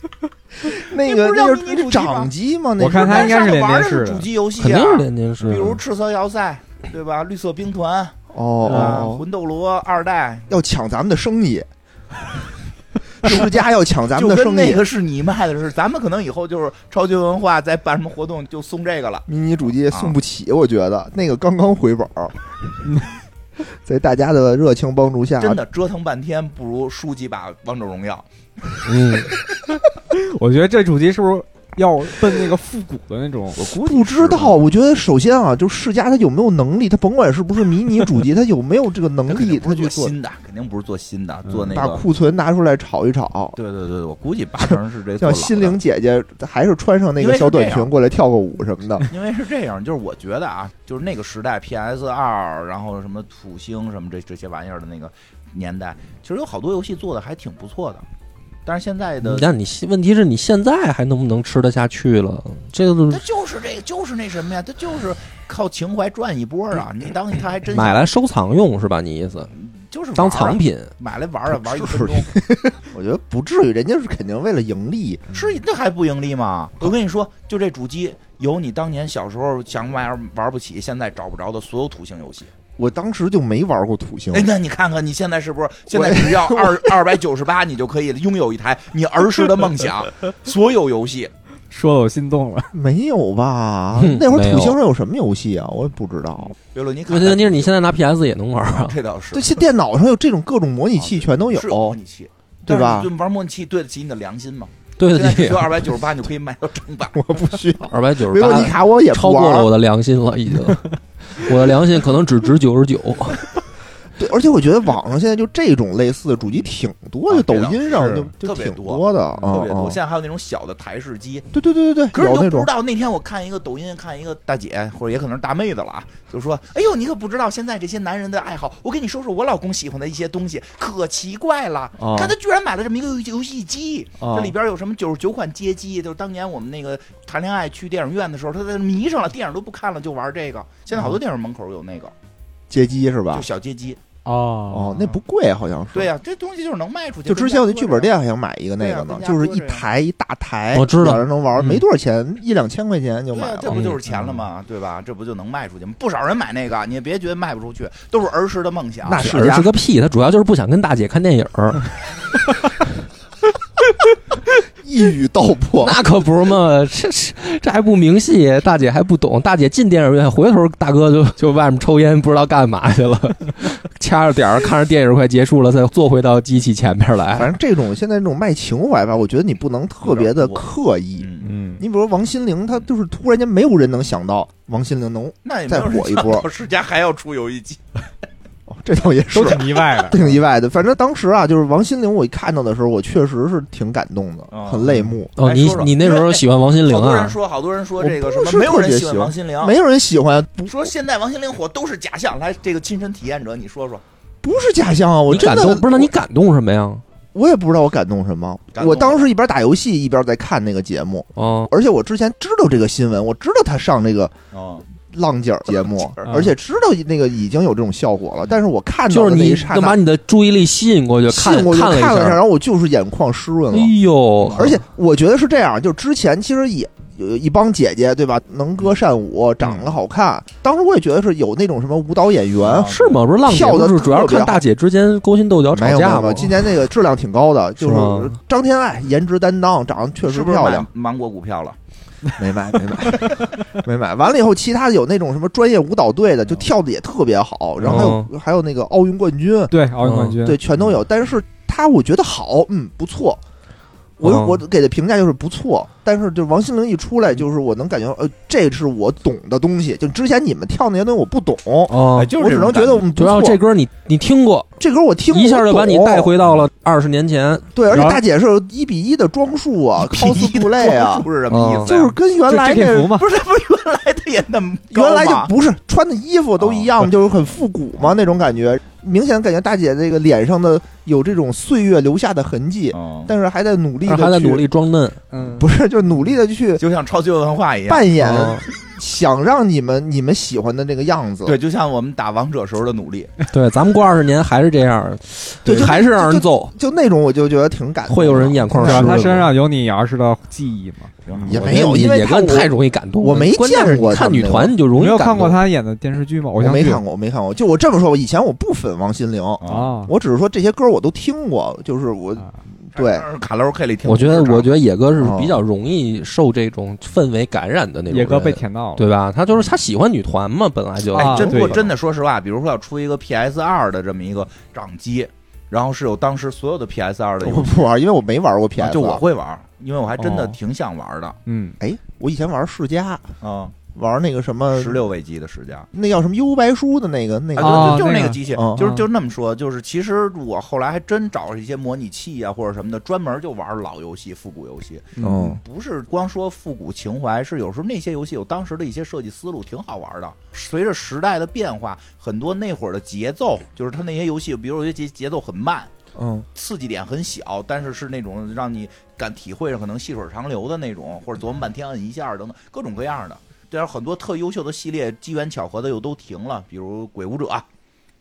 [SPEAKER 4] 那个
[SPEAKER 3] 那不是叫
[SPEAKER 4] 个
[SPEAKER 3] 迷你主机吗
[SPEAKER 4] 掌机吗？那
[SPEAKER 1] 我看
[SPEAKER 4] 是
[SPEAKER 1] 它应该是
[SPEAKER 3] 但
[SPEAKER 1] 连
[SPEAKER 3] 玩
[SPEAKER 1] 电视
[SPEAKER 3] 的是
[SPEAKER 1] 的
[SPEAKER 3] 主机游戏
[SPEAKER 2] 肯定
[SPEAKER 3] 啊
[SPEAKER 2] 是，连电视啊。
[SPEAKER 3] 比如赤色要塞，对吧？绿色兵团
[SPEAKER 4] 哦哦
[SPEAKER 3] 啊，
[SPEAKER 4] 哦，
[SPEAKER 3] 魂斗罗二代，
[SPEAKER 4] 要抢咱们的生意， 世家要抢咱
[SPEAKER 3] 就
[SPEAKER 4] 们的
[SPEAKER 3] 跟
[SPEAKER 4] 生
[SPEAKER 3] 那
[SPEAKER 4] 意。
[SPEAKER 3] 个是你卖的是，咱们可能以后就是超级文化再办什么活动就送这个了。
[SPEAKER 4] 迷你主机送不起，我觉得那个刚刚回本 儿，在大家的热情帮助下，
[SPEAKER 3] 真的折腾半天，不如输几把王者荣耀。
[SPEAKER 2] 嗯，
[SPEAKER 1] 我觉得这主机是不是要奔那个复古的那种？
[SPEAKER 3] 我估计
[SPEAKER 4] 不知道，我觉得首先啊，就世嘉它有没有能力，它甭管是不是迷你主 机，它有没有这个能
[SPEAKER 3] 他肯
[SPEAKER 4] 力，
[SPEAKER 3] 定不
[SPEAKER 4] 它
[SPEAKER 3] 是
[SPEAKER 4] 去
[SPEAKER 3] 做
[SPEAKER 4] 做，
[SPEAKER 3] 新的，肯定不是做新的，
[SPEAKER 1] 嗯
[SPEAKER 3] 做那
[SPEAKER 4] 把
[SPEAKER 3] 个。
[SPEAKER 4] 库存拿出来炒一炒。
[SPEAKER 3] 对对对，我估计八成是这做
[SPEAKER 4] 像
[SPEAKER 3] 老的
[SPEAKER 4] 心灵姐姐还是穿上那个小短裙过来跳个舞什么的，
[SPEAKER 3] 因为是这样，就是我觉得啊，就是那个时代 PS 二，然后什么土星什么这这些玩意儿的那个年代，其实有好多游戏做的还挺不错的。但是现在的，
[SPEAKER 2] 但你问题是你现在还能不能吃得下去了？这个
[SPEAKER 3] 它就是这个，就是那什么呀，它就是靠情怀赚一波啊！你当它还真
[SPEAKER 2] 买来收藏用是吧？你意思
[SPEAKER 3] 就是玩
[SPEAKER 2] 当
[SPEAKER 3] 儿
[SPEAKER 2] 藏品？
[SPEAKER 3] 买来玩儿啊，玩儿一
[SPEAKER 4] 是
[SPEAKER 3] 分钟，
[SPEAKER 4] 我觉得不至于，人家是肯定为了盈利。
[SPEAKER 3] 是那还不盈利吗？我跟你说，就这主机有你当年小时候想买玩玩不起，现在找不着的所有土星游戏。
[SPEAKER 4] 我当时就没玩过土星
[SPEAKER 3] 哎，，那你看看，你现在是不是现在只要二二百九十八，你就可以拥有一台你儿时的梦想，所有游戏。
[SPEAKER 1] 说的我心动了。
[SPEAKER 4] 没有吧
[SPEAKER 2] 哼？
[SPEAKER 4] 那会儿
[SPEAKER 2] 嗯没有
[SPEAKER 4] 土星上有什么游戏啊？我也不知道。
[SPEAKER 3] 刘乐，你看
[SPEAKER 2] 问
[SPEAKER 3] 看，
[SPEAKER 2] 题是你现在拿 PS 也能玩啊？
[SPEAKER 3] 这倒是啊
[SPEAKER 4] 对，现在电脑上有这种各种模拟器，全都有
[SPEAKER 3] 是。哦模拟器，
[SPEAKER 4] 对吧
[SPEAKER 3] 但是就玩模拟器对得起你的良心吗？
[SPEAKER 2] 对
[SPEAKER 3] 现在
[SPEAKER 2] 得
[SPEAKER 3] 只
[SPEAKER 2] 起
[SPEAKER 3] 要二百九十八，你就可以买到正版。
[SPEAKER 4] 我不需要，
[SPEAKER 2] 二百九
[SPEAKER 4] 维
[SPEAKER 2] 十
[SPEAKER 4] 罗妮
[SPEAKER 2] 八，
[SPEAKER 4] 卡我也不
[SPEAKER 2] 超过
[SPEAKER 4] 玩
[SPEAKER 2] 了我的良心了，已 经。我的良心可能只值九十九。
[SPEAKER 4] 对，而且我觉得网上现在就这种类似的主机挺多的，
[SPEAKER 3] 啊
[SPEAKER 4] 抖
[SPEAKER 3] 对的
[SPEAKER 4] 音上
[SPEAKER 1] 是
[SPEAKER 4] 就
[SPEAKER 3] 特
[SPEAKER 4] 就
[SPEAKER 3] 别
[SPEAKER 4] 挺
[SPEAKER 3] 多
[SPEAKER 4] 的
[SPEAKER 3] 特
[SPEAKER 4] 啊
[SPEAKER 3] 别多，
[SPEAKER 4] 啊
[SPEAKER 3] 现！在还有那种小的台式机，
[SPEAKER 4] 对对对对
[SPEAKER 3] 可
[SPEAKER 4] 对，
[SPEAKER 3] 是你都
[SPEAKER 4] 有那
[SPEAKER 3] 不知
[SPEAKER 4] 种
[SPEAKER 3] 道。那天我看一个抖音，看一个大姐，或者也可能是大妹子了啊，就说：“哎呦，你可不知道现在这些男人的爱好。我给你说说我老公喜欢的一些东西，可奇怪了。
[SPEAKER 4] 啊
[SPEAKER 1] 哦
[SPEAKER 3] 看他居然买了这么一个游游戏机，
[SPEAKER 1] 哦
[SPEAKER 3] 这里边有什么九十九款街机，就是当年我们那个谈恋爱去电影院的时候，他在迷上了，电影都不看了，就玩这个。现在好多电影门口有那个，
[SPEAKER 4] 街机是嗯吧
[SPEAKER 3] 就？小街机。
[SPEAKER 1] 哦
[SPEAKER 4] 哦，那不贵，好像是。
[SPEAKER 3] 对呀、这东西就是能卖出去。
[SPEAKER 4] 就之前我那
[SPEAKER 3] 跟
[SPEAKER 4] 剧本店还想买一个
[SPEAKER 3] 对
[SPEAKER 4] 那
[SPEAKER 3] 啊
[SPEAKER 4] 个呢
[SPEAKER 3] 跟，家
[SPEAKER 4] 就是
[SPEAKER 3] 说
[SPEAKER 4] 一
[SPEAKER 3] 这样
[SPEAKER 4] 台一大台，
[SPEAKER 2] 我知道
[SPEAKER 4] 两人能玩，
[SPEAKER 2] 嗯
[SPEAKER 4] 没多少钱，一两千块钱就
[SPEAKER 3] 对
[SPEAKER 4] 买
[SPEAKER 3] 啊，这
[SPEAKER 4] 了。嗯
[SPEAKER 3] 不就是钱了吗？对吧？这不就能卖出去吗？不少人买那个，你也别觉得卖不出去，都是啊儿时的梦想。
[SPEAKER 4] 那
[SPEAKER 2] 啊是
[SPEAKER 4] 是
[SPEAKER 2] 儿是个屁，他主要就是不想跟大姐看电影儿，
[SPEAKER 4] 一语道破，
[SPEAKER 2] 那可不是嘛，这这这还不明细，大姐还不懂，大姐进电影院，回头大哥就就外面抽烟，不知道干嘛去了， 掐着点儿看着电影快结束了，再坐回到机器前面来。
[SPEAKER 4] 反正这种现在这种卖情怀吧，我觉得你不能特别的刻意。
[SPEAKER 3] 嗯，
[SPEAKER 1] 嗯，
[SPEAKER 4] 你比如说王心凌，她就是突然间没有人能想到王心凌能，
[SPEAKER 3] 那也没
[SPEAKER 4] 再
[SPEAKER 3] 有人
[SPEAKER 4] 火一
[SPEAKER 3] 想
[SPEAKER 4] 波
[SPEAKER 3] 到世嘉还要出游戏机，
[SPEAKER 4] 哦这倒也是
[SPEAKER 1] 都挺意外 的。
[SPEAKER 4] 挺意外的。反正当时啊，就是王心凌，我一看到的时候，我确实是挺感动的，
[SPEAKER 3] 啊
[SPEAKER 4] 很泪目。
[SPEAKER 2] 哦，
[SPEAKER 3] 哎
[SPEAKER 2] 你
[SPEAKER 3] 说说
[SPEAKER 2] 你那时候喜欢王心凌
[SPEAKER 3] 好多人
[SPEAKER 2] 啊？
[SPEAKER 3] 说，好多人说
[SPEAKER 4] 我
[SPEAKER 3] 这个什
[SPEAKER 4] 不
[SPEAKER 3] 么，
[SPEAKER 4] 是
[SPEAKER 3] 没有
[SPEAKER 4] 特
[SPEAKER 3] 人
[SPEAKER 4] 别
[SPEAKER 3] 喜欢
[SPEAKER 4] 喜欢
[SPEAKER 3] 王心
[SPEAKER 2] 嗯
[SPEAKER 3] 凌，
[SPEAKER 4] 没有人喜欢，不
[SPEAKER 3] 说现在王心凌火都是假象。来，这个亲身体验者，你说说，
[SPEAKER 4] 不是假象啊！我
[SPEAKER 2] 你
[SPEAKER 4] 真
[SPEAKER 2] 感
[SPEAKER 4] 的
[SPEAKER 2] 动不是？那你感动什么呀？
[SPEAKER 4] 我也不知道我感动什么
[SPEAKER 3] 感。动
[SPEAKER 4] 我当时一边打游戏一边在看那个节目，
[SPEAKER 2] 哦，
[SPEAKER 4] 而且我之前知道这个新闻，我知道他上这个
[SPEAKER 3] 嗯，
[SPEAKER 4] 浪姐儿节目，
[SPEAKER 3] 嗯
[SPEAKER 4] 而且知道那个已经有这种效果了，但是我看到
[SPEAKER 2] 就
[SPEAKER 4] 的
[SPEAKER 2] 是
[SPEAKER 4] 那
[SPEAKER 2] 你
[SPEAKER 4] 一刹
[SPEAKER 2] 能把
[SPEAKER 4] 那，
[SPEAKER 2] 你的注意力吸引过去，看
[SPEAKER 4] 信我就
[SPEAKER 2] 了
[SPEAKER 4] 了
[SPEAKER 2] 一
[SPEAKER 4] 一
[SPEAKER 2] 下
[SPEAKER 4] 下，
[SPEAKER 2] 儿
[SPEAKER 4] 然，后我就是眼眶湿润
[SPEAKER 2] 哎
[SPEAKER 4] 了。
[SPEAKER 2] 呦，
[SPEAKER 4] 而且我觉得是这样，就之前其实也有一帮姐姐对吧，能歌善舞，长得好看。当时我也觉得是有那种什么舞蹈演员，
[SPEAKER 3] 啊
[SPEAKER 2] 是吗？不是浪姐
[SPEAKER 4] 跳得
[SPEAKER 2] 不是主要是
[SPEAKER 4] 特别
[SPEAKER 2] 看
[SPEAKER 4] 好
[SPEAKER 2] 大姐之间勾心斗角吵
[SPEAKER 4] 没有没
[SPEAKER 2] 架
[SPEAKER 4] 有没
[SPEAKER 2] 吗
[SPEAKER 4] 有，？今年那个质量挺高的，就是
[SPEAKER 2] 吗
[SPEAKER 4] 是张天爱颜值担当，长得确实
[SPEAKER 3] 是不是
[SPEAKER 4] 漂亮
[SPEAKER 3] 买，芒果股票了？
[SPEAKER 4] 没买没买没买。完了以后，其他的有那种什么专业舞蹈队的，就跳的也特别好，然后还有、还有那个奥运冠军，
[SPEAKER 1] 对，奥运冠军。
[SPEAKER 4] 嗯对，全都有。但是他我觉得好，嗯，不错。我
[SPEAKER 2] 嗯
[SPEAKER 4] 我给的评价就是不错，但是就是王心凌一出来，就是我能感觉呃，这是我懂的东西，就之前你们跳那些东西我不懂，
[SPEAKER 2] 哦
[SPEAKER 3] 哎，就是
[SPEAKER 4] 我只
[SPEAKER 3] 这种
[SPEAKER 4] 能觉
[SPEAKER 3] 感
[SPEAKER 4] 得我们不
[SPEAKER 2] 主要
[SPEAKER 4] 错。
[SPEAKER 2] 这歌你你听过，
[SPEAKER 4] 这歌我听过
[SPEAKER 2] 一下就把你
[SPEAKER 4] 我懂
[SPEAKER 2] 带回到了二十年前。
[SPEAKER 4] 对，而且
[SPEAKER 1] 然后
[SPEAKER 4] 大姐是有一比一的装束啊，cos 布类 啊，
[SPEAKER 3] 不是什么意思呀？
[SPEAKER 4] 就是跟原
[SPEAKER 1] 就
[SPEAKER 4] 来
[SPEAKER 1] JK
[SPEAKER 4] 那
[SPEAKER 1] 服嘛，
[SPEAKER 3] 不是不是原来的也那么高
[SPEAKER 4] 原来就
[SPEAKER 3] 吗
[SPEAKER 4] 不是穿的衣服都一样，就是很复古嘛那种感觉，明显感觉大姐这个脸上的有这种岁月留下的痕迹，
[SPEAKER 3] 嗯
[SPEAKER 4] 但是还在努力的
[SPEAKER 2] 啊还在努，力装嫩，
[SPEAKER 1] 嗯，
[SPEAKER 4] 不是就是努力的去
[SPEAKER 3] 就像超级文化一样。
[SPEAKER 4] 扮演
[SPEAKER 2] 嗯
[SPEAKER 4] 想让你们你们喜欢的那个样子。
[SPEAKER 3] 对，就像我们打王者时候的努力，
[SPEAKER 2] 对，咱们过二十年还是这样，呃
[SPEAKER 4] 对就
[SPEAKER 2] 还是让人揍，
[SPEAKER 4] 就那种我就觉得挺感动的，
[SPEAKER 2] 会有人眼眶
[SPEAKER 1] 对吧？
[SPEAKER 2] 湿
[SPEAKER 1] 他
[SPEAKER 2] 润
[SPEAKER 1] 身上有你儿时的记忆嘛？
[SPEAKER 4] 也
[SPEAKER 2] 我
[SPEAKER 4] 没有
[SPEAKER 2] 觉得
[SPEAKER 4] 因为
[SPEAKER 2] 也
[SPEAKER 4] 他
[SPEAKER 2] 跟
[SPEAKER 4] 我
[SPEAKER 2] 太容易感动了。
[SPEAKER 4] 我没
[SPEAKER 2] 关键
[SPEAKER 4] 见
[SPEAKER 2] 是
[SPEAKER 4] 过
[SPEAKER 2] 你
[SPEAKER 4] 他
[SPEAKER 2] 看
[SPEAKER 4] 们
[SPEAKER 2] 女
[SPEAKER 4] 那
[SPEAKER 2] 团你就
[SPEAKER 1] 你
[SPEAKER 2] 容
[SPEAKER 1] 没
[SPEAKER 2] 易
[SPEAKER 1] 有
[SPEAKER 2] 感
[SPEAKER 1] 看过
[SPEAKER 2] 动。
[SPEAKER 1] 他演的电视剧吗？
[SPEAKER 4] 我
[SPEAKER 1] 偶像
[SPEAKER 4] 没
[SPEAKER 1] 剧
[SPEAKER 4] 看过，我没看过。就我这么说吧，以前我不粉王心凌，
[SPEAKER 3] 嗯
[SPEAKER 1] 啊。
[SPEAKER 4] 我只是说这些歌我都听过，就是我
[SPEAKER 1] 啊
[SPEAKER 4] 对，
[SPEAKER 3] 卡拉 OK 里听不
[SPEAKER 2] 我
[SPEAKER 3] 知
[SPEAKER 2] 觉
[SPEAKER 3] 道。
[SPEAKER 2] 得，我觉得野哥是
[SPEAKER 4] 哦
[SPEAKER 2] 比较容易受这种氛围感染的那种人。
[SPEAKER 1] 野哥被舔到了，
[SPEAKER 2] 对吧？他就是他喜欢女团嘛，本来就。嗯
[SPEAKER 1] 啊
[SPEAKER 3] 哎，真不
[SPEAKER 1] 对
[SPEAKER 3] 过真的，说实话，比如说要出一个 PS 二的这么一个掌机，然后是有当时所有的 PS 二的游
[SPEAKER 4] 我
[SPEAKER 3] 戏，
[SPEAKER 4] 不玩，因为我没玩过 PS，
[SPEAKER 3] 啊就我会玩，因为我还真的
[SPEAKER 1] 哦
[SPEAKER 3] 挺想玩的
[SPEAKER 1] 嗯，
[SPEAKER 4] 哎，我以前玩世嘉，
[SPEAKER 3] 啊，
[SPEAKER 4] 玩那个什么
[SPEAKER 3] 十六位机的世嘉。
[SPEAKER 4] 那叫什么幽白书的那个那个，
[SPEAKER 1] 啊
[SPEAKER 3] 啊，就就就是
[SPEAKER 1] 那
[SPEAKER 3] 那个
[SPEAKER 1] 个
[SPEAKER 3] 机器
[SPEAKER 4] 嗯，
[SPEAKER 3] 就是
[SPEAKER 1] 嗯
[SPEAKER 3] 就那么说，就是其实我后来还真找了一些模拟器啊或者什么的，专门就玩老游戏、复古游戏，
[SPEAKER 4] 嗯，
[SPEAKER 3] 不是光说复古情怀，是有时候那些游戏有当时的一些设计思路，挺好玩的。随着时代的变化，很多那会儿的节奏，就是它那些游戏，比如有些节节奏很慢，
[SPEAKER 4] 嗯，
[SPEAKER 3] 刺激点很小，但是是那种让你敢体会可能细水长流的那种，或者琢磨半天摁一下等等，各种各样的。对啊，很多特优秀的系列，机缘巧合的又都停了，比如《鬼武者》，《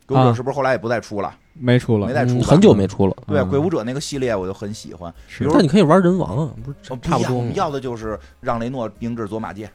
[SPEAKER 3] 鬼武者
[SPEAKER 1] 啊》
[SPEAKER 3] 是不是后来也不再出了？
[SPEAKER 1] 没出了
[SPEAKER 3] 没，再出
[SPEAKER 2] 嗯
[SPEAKER 3] 吧
[SPEAKER 2] 很久没出了。
[SPEAKER 3] 对啊，
[SPEAKER 1] 嗯
[SPEAKER 3] 《鬼武者》那个系列我就很喜欢。
[SPEAKER 1] 是
[SPEAKER 3] 比如
[SPEAKER 2] 但你可以玩人王啊，不是
[SPEAKER 3] 哦
[SPEAKER 2] 差
[SPEAKER 3] 一
[SPEAKER 2] 不
[SPEAKER 3] 样
[SPEAKER 2] 多
[SPEAKER 3] 我
[SPEAKER 2] 吗
[SPEAKER 3] 们？要的就是让雷诺明治左 马介，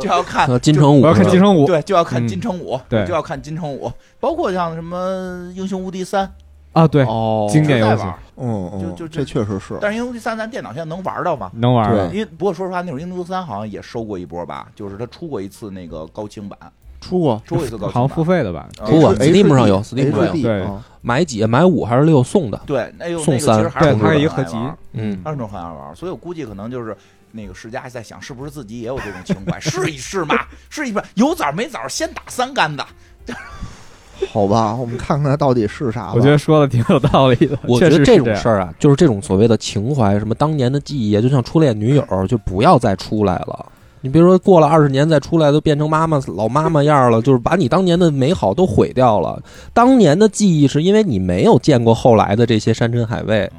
[SPEAKER 3] 就要看
[SPEAKER 2] 呃，金城武
[SPEAKER 1] 嗯我要看
[SPEAKER 2] 是吧
[SPEAKER 1] 金城武
[SPEAKER 3] 对，就要看
[SPEAKER 1] 嗯
[SPEAKER 3] 金城武，
[SPEAKER 1] 对
[SPEAKER 3] 就要看金城武，包括像什么《英雄无敌三
[SPEAKER 1] 啊，对，
[SPEAKER 4] 哦
[SPEAKER 1] 经》典
[SPEAKER 3] 就
[SPEAKER 1] 游
[SPEAKER 3] 在
[SPEAKER 1] 戏
[SPEAKER 3] 玩，
[SPEAKER 4] 嗯
[SPEAKER 3] 就
[SPEAKER 4] 嗯，
[SPEAKER 3] 就
[SPEAKER 4] 这
[SPEAKER 3] 就
[SPEAKER 4] 确实是，
[SPEAKER 3] 但是《英雄无敌三》咱电脑现在能玩到吗？
[SPEAKER 1] 能玩儿
[SPEAKER 4] 对
[SPEAKER 1] 了
[SPEAKER 3] 因为不过说实话，那会儿《英雄无敌三》好像也收过一波吧，就是他出过一次那个高清版，
[SPEAKER 4] 出过
[SPEAKER 3] 出过一次高
[SPEAKER 1] 好
[SPEAKER 3] 清
[SPEAKER 1] 像付
[SPEAKER 3] 版。
[SPEAKER 1] 费的吧？
[SPEAKER 3] 呃
[SPEAKER 2] 出过
[SPEAKER 4] H-
[SPEAKER 2] Steam 上有 Steam 上有
[SPEAKER 4] HD
[SPEAKER 1] 对
[SPEAKER 4] 啊
[SPEAKER 2] 买几买五还是六送的？
[SPEAKER 3] 对，哎呦，那
[SPEAKER 2] 送
[SPEAKER 3] 个其实
[SPEAKER 2] 三
[SPEAKER 3] 还是
[SPEAKER 1] 对它是一个
[SPEAKER 3] 很
[SPEAKER 1] 合
[SPEAKER 3] 爱玩
[SPEAKER 1] 集
[SPEAKER 2] 嗯，
[SPEAKER 3] 二种很爱玩，所以我估计可能就是那个世嘉在想，是不是自己也有这种情怀， 试一试嘛，试一试，有枣没枣，先打三杆子。
[SPEAKER 4] 好吧，我们看看它到底是啥吧。
[SPEAKER 1] 我觉得说的挺有道理的，
[SPEAKER 2] 嗯我
[SPEAKER 1] 确
[SPEAKER 2] 觉得
[SPEAKER 1] 实
[SPEAKER 2] 这
[SPEAKER 1] 是
[SPEAKER 2] 种
[SPEAKER 1] 样
[SPEAKER 2] 事儿啊，就是这种所谓的情怀，什么当年的记忆，啊就像初恋女友，就不要再出来了。你别说过了二十年再出来，都变成妈妈老妈妈样儿了，就是把你当年的美好都毁掉了。当年的记忆是因为你没有见过后来的这些山珍海味，
[SPEAKER 4] 哦